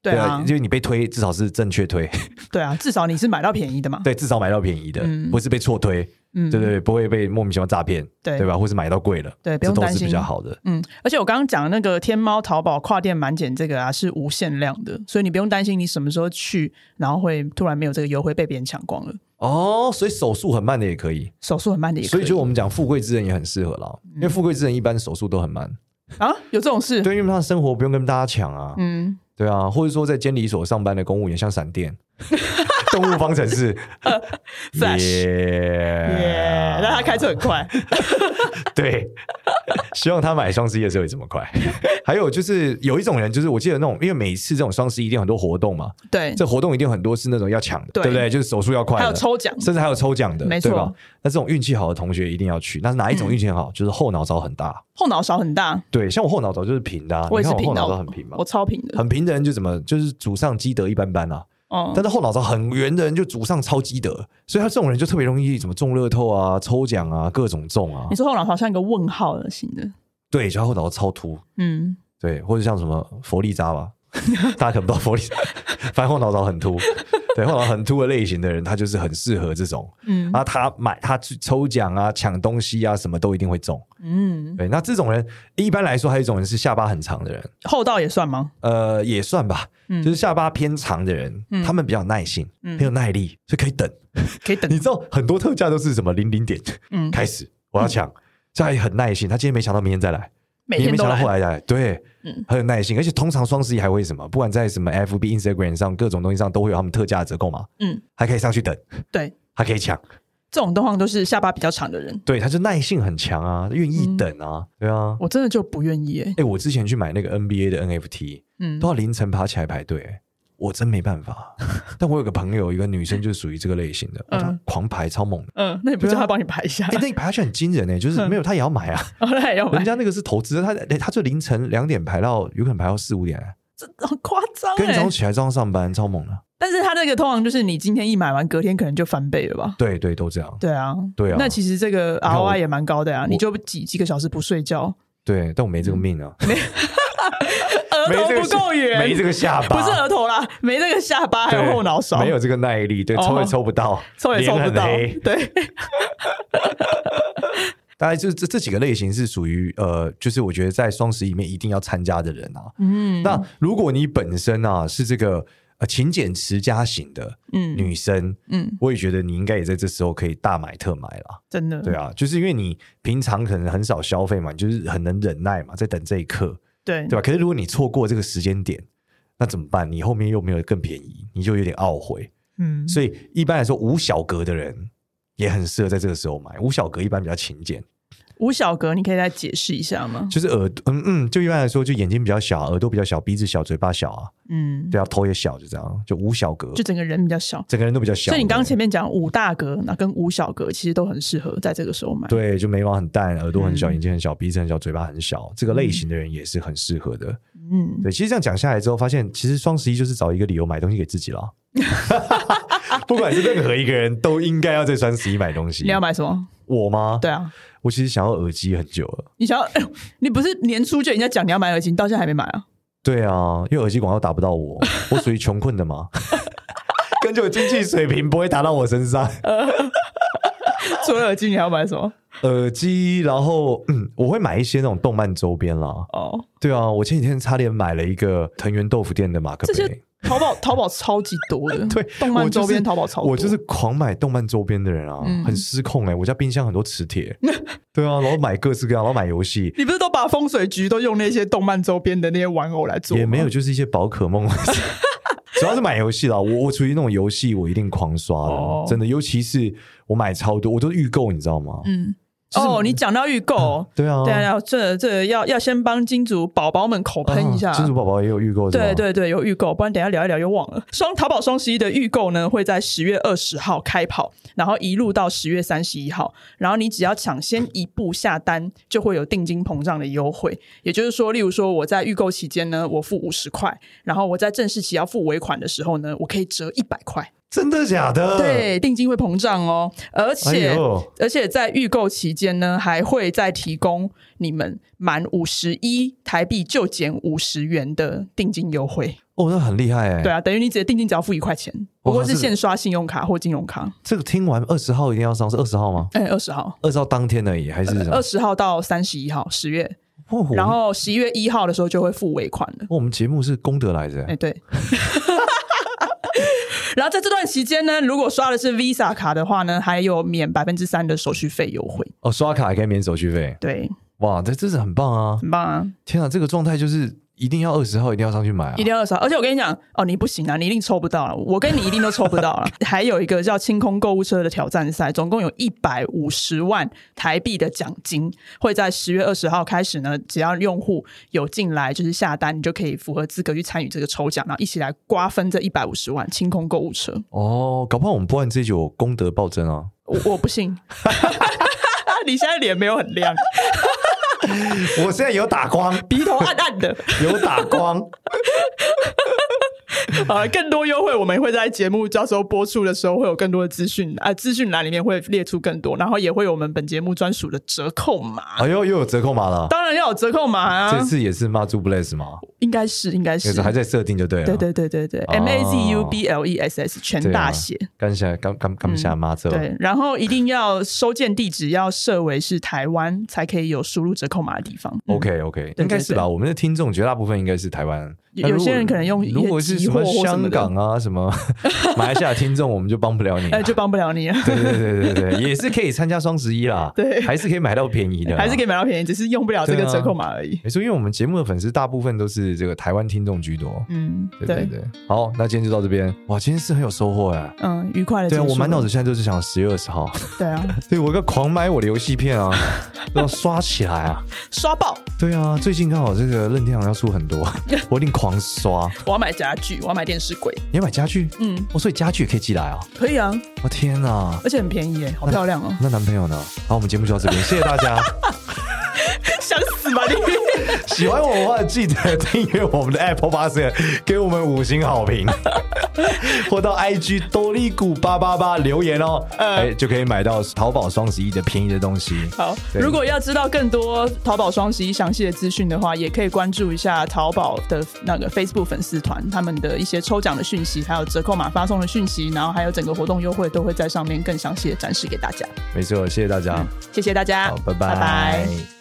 [SPEAKER 1] 对啊
[SPEAKER 3] 因为你被推至少是正确推， <laughs>
[SPEAKER 1] 对啊，至少你是买到便宜的嘛，
[SPEAKER 3] 对，至少买到便宜的，
[SPEAKER 1] 嗯
[SPEAKER 3] 不是被错推，
[SPEAKER 1] 嗯
[SPEAKER 3] 对对对，不会被莫名其妙诈骗，
[SPEAKER 1] 对
[SPEAKER 3] 对吧？或是买到贵了，
[SPEAKER 1] 对不
[SPEAKER 3] 这
[SPEAKER 1] 用
[SPEAKER 3] 都
[SPEAKER 1] 担
[SPEAKER 3] 是
[SPEAKER 1] 心
[SPEAKER 3] 比较好的。
[SPEAKER 1] 嗯，而且我刚刚讲的那个天猫、淘宝跨店满减这个啊是无限量的，所以你不用担心你什么时候去，然后会突然没有这个优惠被别人抢光了，
[SPEAKER 3] 哦，所以手速很慢的也可以，
[SPEAKER 1] 手速很慢的也可
[SPEAKER 3] 所以就
[SPEAKER 1] 以
[SPEAKER 3] 我们讲富贵之人也很适合啦，因为富贵之人一般手速都
[SPEAKER 1] <laughs>
[SPEAKER 3] 很慢，
[SPEAKER 1] 啊，有这种事，
[SPEAKER 3] 对，因为他的生活不用跟大家抢啊，
[SPEAKER 1] 嗯，
[SPEAKER 3] 对啊，或者说在监理所上班的公务员，像闪电、 <laughs> 动物方程式
[SPEAKER 1] <laughs> Flash 耶，
[SPEAKER 3] 耶，
[SPEAKER 1] 但他开车很快，
[SPEAKER 3] <laughs> 对， <laughs> 希望他买双十一的时候也这么
[SPEAKER 1] <laughs>
[SPEAKER 3] 快。还有就是有一种人，就是我记得那种，因为每次这种双十一一定有很多活动嘛，
[SPEAKER 1] 对，
[SPEAKER 3] 这活动一定有很多是那种要抢的，
[SPEAKER 1] 嗯对
[SPEAKER 3] 对不对？就是手速要快的，
[SPEAKER 1] 还有抽奖，
[SPEAKER 3] 甚至还有抽奖的，
[SPEAKER 1] 没错
[SPEAKER 3] 对吧？那这种运气好的同学一定要去。那哪一种运气很好？就是后脑勺很大。
[SPEAKER 1] 后脑勺很大，
[SPEAKER 3] 对，像我后脑勺就是平的、啊，
[SPEAKER 1] 我也是
[SPEAKER 3] 你看
[SPEAKER 1] 平
[SPEAKER 3] 我后
[SPEAKER 1] 的
[SPEAKER 3] 脑
[SPEAKER 1] 哦，
[SPEAKER 3] 勺很平嘛
[SPEAKER 1] 我，超平的，
[SPEAKER 3] 很平的人就怎么就是祖上积德一般般啊。
[SPEAKER 1] 哦
[SPEAKER 3] 但是后脑勺很圆的人就祖上超积德，所以他这种人就特别容易怎么中乐透啊、抽奖啊、各种中啊
[SPEAKER 1] 你。说后脑勺像一个问号的型的，
[SPEAKER 3] 对，就他后脑勺超凸，
[SPEAKER 1] 嗯，
[SPEAKER 3] 对，或者像什么佛利扎吧， <laughs> 大家可能不知道佛利扎，反正后脑勺很凸，对，后脑勺很凸的类型的人，他就是很适合这种。
[SPEAKER 1] 嗯
[SPEAKER 3] 啊，他买他去抽奖啊、抢东西啊，什么都一定会中。
[SPEAKER 1] 嗯，
[SPEAKER 3] 对，那这种人一般来说，还有一种人是下巴很长的人，
[SPEAKER 1] 厚道也算吗？
[SPEAKER 3] 呃，也算吧，
[SPEAKER 1] 嗯
[SPEAKER 3] 就是下巴偏长的人，
[SPEAKER 1] 嗯
[SPEAKER 3] 他们比较有耐性，
[SPEAKER 1] 嗯
[SPEAKER 3] 很有耐力，所以可以等。
[SPEAKER 1] 可以等
[SPEAKER 3] 你，知道很多特价都是什么零零点
[SPEAKER 1] 嗯，
[SPEAKER 3] 开始，我要抢，所以他也很耐心。他今天没想到明天再来，
[SPEAKER 1] 每
[SPEAKER 3] 明
[SPEAKER 1] 天
[SPEAKER 3] 没
[SPEAKER 1] 都
[SPEAKER 3] 想到
[SPEAKER 1] 来
[SPEAKER 3] 后，来再来，对
[SPEAKER 1] 嗯，
[SPEAKER 3] 很有耐心。而且通常双十一还会什么，不管在什么 FB、Instagram 上各种东西上都会有他们特价折扣嘛，
[SPEAKER 1] 嗯，
[SPEAKER 3] 还可以上去等，
[SPEAKER 1] 对，
[SPEAKER 3] 还可以抢。
[SPEAKER 1] 这种状况都是下巴比较长的人，
[SPEAKER 3] 对，他就耐性很强啊，愿意等啊，对啊。
[SPEAKER 1] 嗯我真的就不愿意哎，
[SPEAKER 3] 哎、我之前去买那个 NBA 的 NFT，
[SPEAKER 1] 嗯
[SPEAKER 3] 都，要凌晨爬起来排队、欸我真没
[SPEAKER 1] <laughs>
[SPEAKER 3] 办法。但我有个朋友，一个女生就是属于这个类型的，哇
[SPEAKER 1] 嗯
[SPEAKER 3] 她狂排
[SPEAKER 1] <laughs>
[SPEAKER 3] 超猛的。
[SPEAKER 1] 嗯，那你不叫
[SPEAKER 3] 对啊
[SPEAKER 1] 他帮你排一下
[SPEAKER 3] 哎、？那你排下去很惊人呢、就是没有她也
[SPEAKER 1] <laughs>
[SPEAKER 3] 要买啊，
[SPEAKER 1] 哦，那也要买
[SPEAKER 3] 人，家那个是投资，她她就凌晨两点排到，有可能排到四五点、欸，
[SPEAKER 1] 真的很夸张
[SPEAKER 3] 跟你早
[SPEAKER 1] 哎
[SPEAKER 3] 上。起来早上上班超猛的。
[SPEAKER 1] 但是他那个通常就是你今天一买完，隔天可能就翻倍了吧？
[SPEAKER 3] 对对，都这样。
[SPEAKER 1] 对啊，
[SPEAKER 3] 对啊
[SPEAKER 1] 那其实这个
[SPEAKER 3] 看我
[SPEAKER 1] ROI 也蛮高的啊，你就几几个小时不睡觉，
[SPEAKER 3] 对，但我没这个命啊，
[SPEAKER 1] 额头不够圆，
[SPEAKER 3] <laughs> 没这个下
[SPEAKER 1] 不
[SPEAKER 3] 巴，
[SPEAKER 1] 是额头啦，没那个下巴，还有
[SPEAKER 3] 对
[SPEAKER 1] 后脑勺，
[SPEAKER 3] 没有这个耐力，对，
[SPEAKER 1] 哦
[SPEAKER 3] 抽也抽不到，
[SPEAKER 1] 抽也抽
[SPEAKER 3] 脸
[SPEAKER 1] 不
[SPEAKER 3] 很
[SPEAKER 1] 到
[SPEAKER 3] 黑，
[SPEAKER 1] 对，
[SPEAKER 3] 大概就是这这几个类型是属于呃，就是我觉得在双十一里面一定要参加的人啊。
[SPEAKER 1] 嗯
[SPEAKER 3] 那如果你本身啊是这个呃勤俭持家型的
[SPEAKER 1] 嗯
[SPEAKER 3] 女生，
[SPEAKER 1] 嗯，
[SPEAKER 3] 我也觉得你应该也在这时候可以大买特买啦。
[SPEAKER 1] 真的，
[SPEAKER 3] 对啊，就是因为你平常可能很少消费嘛，你就是很能忍耐嘛，在等这一刻，
[SPEAKER 1] 对
[SPEAKER 3] 对吧？可是如果你错过这个时间点，那怎么办？你后面又没有更便宜，你就有点懊悔。
[SPEAKER 1] 嗯，
[SPEAKER 3] 所以一般来说，无小格的人也很适合在这个时候买。无小格一般比较勤俭。
[SPEAKER 1] 嗯吴小格，你可以再解释一下吗？
[SPEAKER 3] 就是耳朵，嗯嗯，就一般来说，就眼睛比较小，耳朵比较小，鼻子小，嘴巴小啊，
[SPEAKER 1] 嗯，
[SPEAKER 3] 对啊，头也小，就这样，就五小格，
[SPEAKER 1] 就整个人比较小，
[SPEAKER 3] 整个人都比较小。
[SPEAKER 1] 所以你刚刚前
[SPEAKER 3] 对
[SPEAKER 1] 面讲五大格，那跟五小格其实都很适合在这个时候买，，
[SPEAKER 3] 对，就眉毛很淡，耳朵很小，
[SPEAKER 1] 嗯
[SPEAKER 3] 眼睛很小，鼻子很小，嘴巴很小，这个类型的人也是很适合的。
[SPEAKER 1] 嗯，
[SPEAKER 3] 对，其实这样讲下来之后，发现其实双十一就是找一个理由买东西给自
[SPEAKER 1] <laughs>
[SPEAKER 3] 己了。不管是任何一个人都应该要在双十一买东西。
[SPEAKER 1] 你要买什么？
[SPEAKER 3] 我吗？
[SPEAKER 1] 对，啊，
[SPEAKER 3] 我其实想要耳机很久了。
[SPEAKER 1] 你想要，哎呦你不是年初就人家讲你要买耳机，你到现在还没买啊？
[SPEAKER 3] 对啊，因为耳机广告打不
[SPEAKER 1] <laughs>
[SPEAKER 3] 到我，我属于穷困的嘛， <laughs> 根据我经济水平不会打到我身
[SPEAKER 1] <laughs>
[SPEAKER 3] 上。
[SPEAKER 1] 呃除了耳机，你还要买什么？
[SPEAKER 3] 耳机，然后嗯，我会买一些那种动漫周边啦。
[SPEAKER 1] 哦，
[SPEAKER 3] 对啊，我前几天差点买了一个藤原豆腐店的马克
[SPEAKER 1] 这
[SPEAKER 3] 杯
[SPEAKER 1] 些。淘宝淘宝超级多的，
[SPEAKER 3] <laughs> 对，
[SPEAKER 1] 动漫周
[SPEAKER 3] 我就是
[SPEAKER 1] 边淘宝超多，
[SPEAKER 3] 我就是狂买动漫周边的人啊，
[SPEAKER 1] 嗯
[SPEAKER 3] 很失控哎、我家冰箱很多
[SPEAKER 1] <laughs>
[SPEAKER 3] 磁铁，对啊，然后买各式各样，然后买游戏，
[SPEAKER 1] 你不是都把风水局都用那些动漫周边的那些玩偶来做吗？
[SPEAKER 3] 也没有就是一些宝
[SPEAKER 1] <laughs>
[SPEAKER 3] 可梦，主要是买游戏啦。我我属于那种游戏，我一定狂刷的，
[SPEAKER 1] 哦
[SPEAKER 3] 真的，尤其是我买超多，我都预购，你知道吗？
[SPEAKER 1] 嗯，
[SPEAKER 3] 就是
[SPEAKER 1] 哦，你讲到预购，
[SPEAKER 3] 对啊，
[SPEAKER 1] 对啊，要这这要要先帮金主宝宝们口喷一下
[SPEAKER 3] 啊。金主宝宝也有预购，
[SPEAKER 1] 对
[SPEAKER 3] 是吗，
[SPEAKER 1] 对对，有预购，不然等一下聊一聊又忘了。双淘宝双十一的预购呢，会在十月二十号开跑，然后一路到十月三十一号。然后你只要抢先一步下单，就会有定金膨胀的优惠。也就是说，例如说我在预购期间呢，我付五十块，然后我在正式期要付尾款的时候呢，我可以折一百块。
[SPEAKER 3] 真的假的？
[SPEAKER 1] 对，定金会膨胀哦，而且、
[SPEAKER 3] 哎呦
[SPEAKER 1] 而且在预购期间呢，还会再提供你们满五十一台币就减五十元的定金优惠。
[SPEAKER 3] 哦，那很厉害哎、
[SPEAKER 1] 对啊，等于你直接定金只要付一块钱，
[SPEAKER 3] 哇
[SPEAKER 1] 不过是
[SPEAKER 3] 这
[SPEAKER 1] 现刷信用卡或金融卡。
[SPEAKER 3] 这个听完二十号一定要上，是二十号吗？
[SPEAKER 1] 哎，二十号，
[SPEAKER 3] 二十号当天而已，还是什么
[SPEAKER 1] 二？十号到三十一号，十月，
[SPEAKER 3] 哦我
[SPEAKER 1] 然后十一月一号的时候就会付尾款了。
[SPEAKER 3] 哦我们节目是功德来着、
[SPEAKER 1] 哎，对。 <laughs> 然后在这段期间呢，如果刷的是 Visa 卡的话呢，还有免百分之三的手续费优惠。
[SPEAKER 3] 哦，刷卡还可以免手续费，
[SPEAKER 1] 对，
[SPEAKER 3] 哇，这真是很棒啊！
[SPEAKER 1] 很棒啊！
[SPEAKER 3] 天啊，这个状态就是一定要二十号一定要上去买啊！
[SPEAKER 1] 一定要二十号，而且我跟你讲，哦，你不行啊，你一定抽不到啊，我跟你一定都抽不到啊。还有一个叫清空购物车的挑战赛，总共有一百五十万台币的奖金，会在十月二十号开始呢，只要用户有进来就是下单，你就可以符合资格去参与这个抽奖，然后一起来瓜分这一百五十万清空购物车。
[SPEAKER 3] 哦，搞不好我们播完这一集有功德暴增啊！
[SPEAKER 1] 我我不信。 <laughs> 你现在脸没有很亮，
[SPEAKER 3] 我现在有打光，
[SPEAKER 1] 鼻头暗暗的，
[SPEAKER 3] 有打光，
[SPEAKER 1] <laughs> 好了，呃更多优惠我们也会在节目到时候播出的时候会有更多的资讯啊，资讯栏里面会列出更多，然后也会有我们本节目专属的折扣码。
[SPEAKER 3] 哎呦，又有折扣码了。
[SPEAKER 1] 当然要有折扣码
[SPEAKER 3] 这
[SPEAKER 1] 啊，
[SPEAKER 3] 次也是骂 z u b l e s 吗？
[SPEAKER 1] 应该是应该
[SPEAKER 3] 也
[SPEAKER 1] 是
[SPEAKER 3] 是还在设定就对了。
[SPEAKER 1] 对对对对对
[SPEAKER 3] 哦
[SPEAKER 1] ，M A Z U B L E S S 全
[SPEAKER 3] 对啊
[SPEAKER 1] 大写。
[SPEAKER 3] 感谢，感感感谢妈祖。
[SPEAKER 1] 嗯对，然后一定要收件地址要设为是台湾，才可以有输入折扣码的地方。嗯
[SPEAKER 3] OK OK，
[SPEAKER 1] 对
[SPEAKER 3] 应该是吧？我们的听众绝大部分应该是台湾，
[SPEAKER 1] 有
[SPEAKER 3] 那如
[SPEAKER 1] 有
[SPEAKER 3] 果
[SPEAKER 1] 些人可能用
[SPEAKER 3] 如果是
[SPEAKER 1] 集
[SPEAKER 3] 什
[SPEAKER 1] 货
[SPEAKER 3] 么
[SPEAKER 1] 或什么
[SPEAKER 3] 香
[SPEAKER 1] 的
[SPEAKER 3] 港啊、什么 <laughs> 马来西亚听众，我们就帮不了你啊。
[SPEAKER 1] <laughs> 哎，就帮不了
[SPEAKER 3] <laughs>
[SPEAKER 1] 你了，
[SPEAKER 3] 对对对对对，也是可以参加双十一啦，
[SPEAKER 1] 对
[SPEAKER 3] 还是可以买到便宜的，
[SPEAKER 1] 还是可以。买到便宜，只是用不了这个
[SPEAKER 3] 啊对啊
[SPEAKER 1] 折扣码而已。
[SPEAKER 3] 没错，因为我们节目的粉丝大部分都是这个台湾听众居多。
[SPEAKER 1] 嗯，
[SPEAKER 3] 对对对，好，那今天就到这边。哇，今天是很有收获哎。
[SPEAKER 1] 嗯，愉快的。
[SPEAKER 3] 对啊，我满脑子。现在都是想十月二十号，
[SPEAKER 1] 对啊，
[SPEAKER 3] <laughs> 对我要狂买我的游戏片啊，要刷起来啊。
[SPEAKER 1] 刷爆！
[SPEAKER 3] 对啊，最近刚好这个任天堂要出很多，我一定狂刷。
[SPEAKER 1] 我要买家具，我要买电视柜。
[SPEAKER 3] 你要买家具？
[SPEAKER 1] 嗯，
[SPEAKER 3] 哦，所以家具也可以寄来啊！
[SPEAKER 1] 可以啊，
[SPEAKER 3] 我、天哪，
[SPEAKER 1] 而且很便宜 <laughs> 耶，好漂亮哦！
[SPEAKER 3] 那男朋友呢？好，我们节目就到这边，谢谢大家。
[SPEAKER 1] 想死吧你！
[SPEAKER 3] 喜欢我的话，记得订阅我们的 Apple p o d c a s 给我们五星好评， <laughs> 或到 IG 多利谷八八八留言哦，哎、
[SPEAKER 1] 呃
[SPEAKER 3] 就可以买到淘宝双十一的便宜的东西。
[SPEAKER 1] <laughs> 好，
[SPEAKER 3] 对
[SPEAKER 1] 如果要知道更多淘宝双十一详细的资讯的话，也可以关注一下淘宝的那个 Facebook 粉丝团，他们的一些抽奖的讯息，还有折扣码发送的讯息，然后还有整个活动优惠都会在上面更详细的展示给大家。
[SPEAKER 3] 没错，谢谢大家，
[SPEAKER 1] 谢谢大家
[SPEAKER 3] 好，，
[SPEAKER 1] 嗯拜拜
[SPEAKER 3] 拜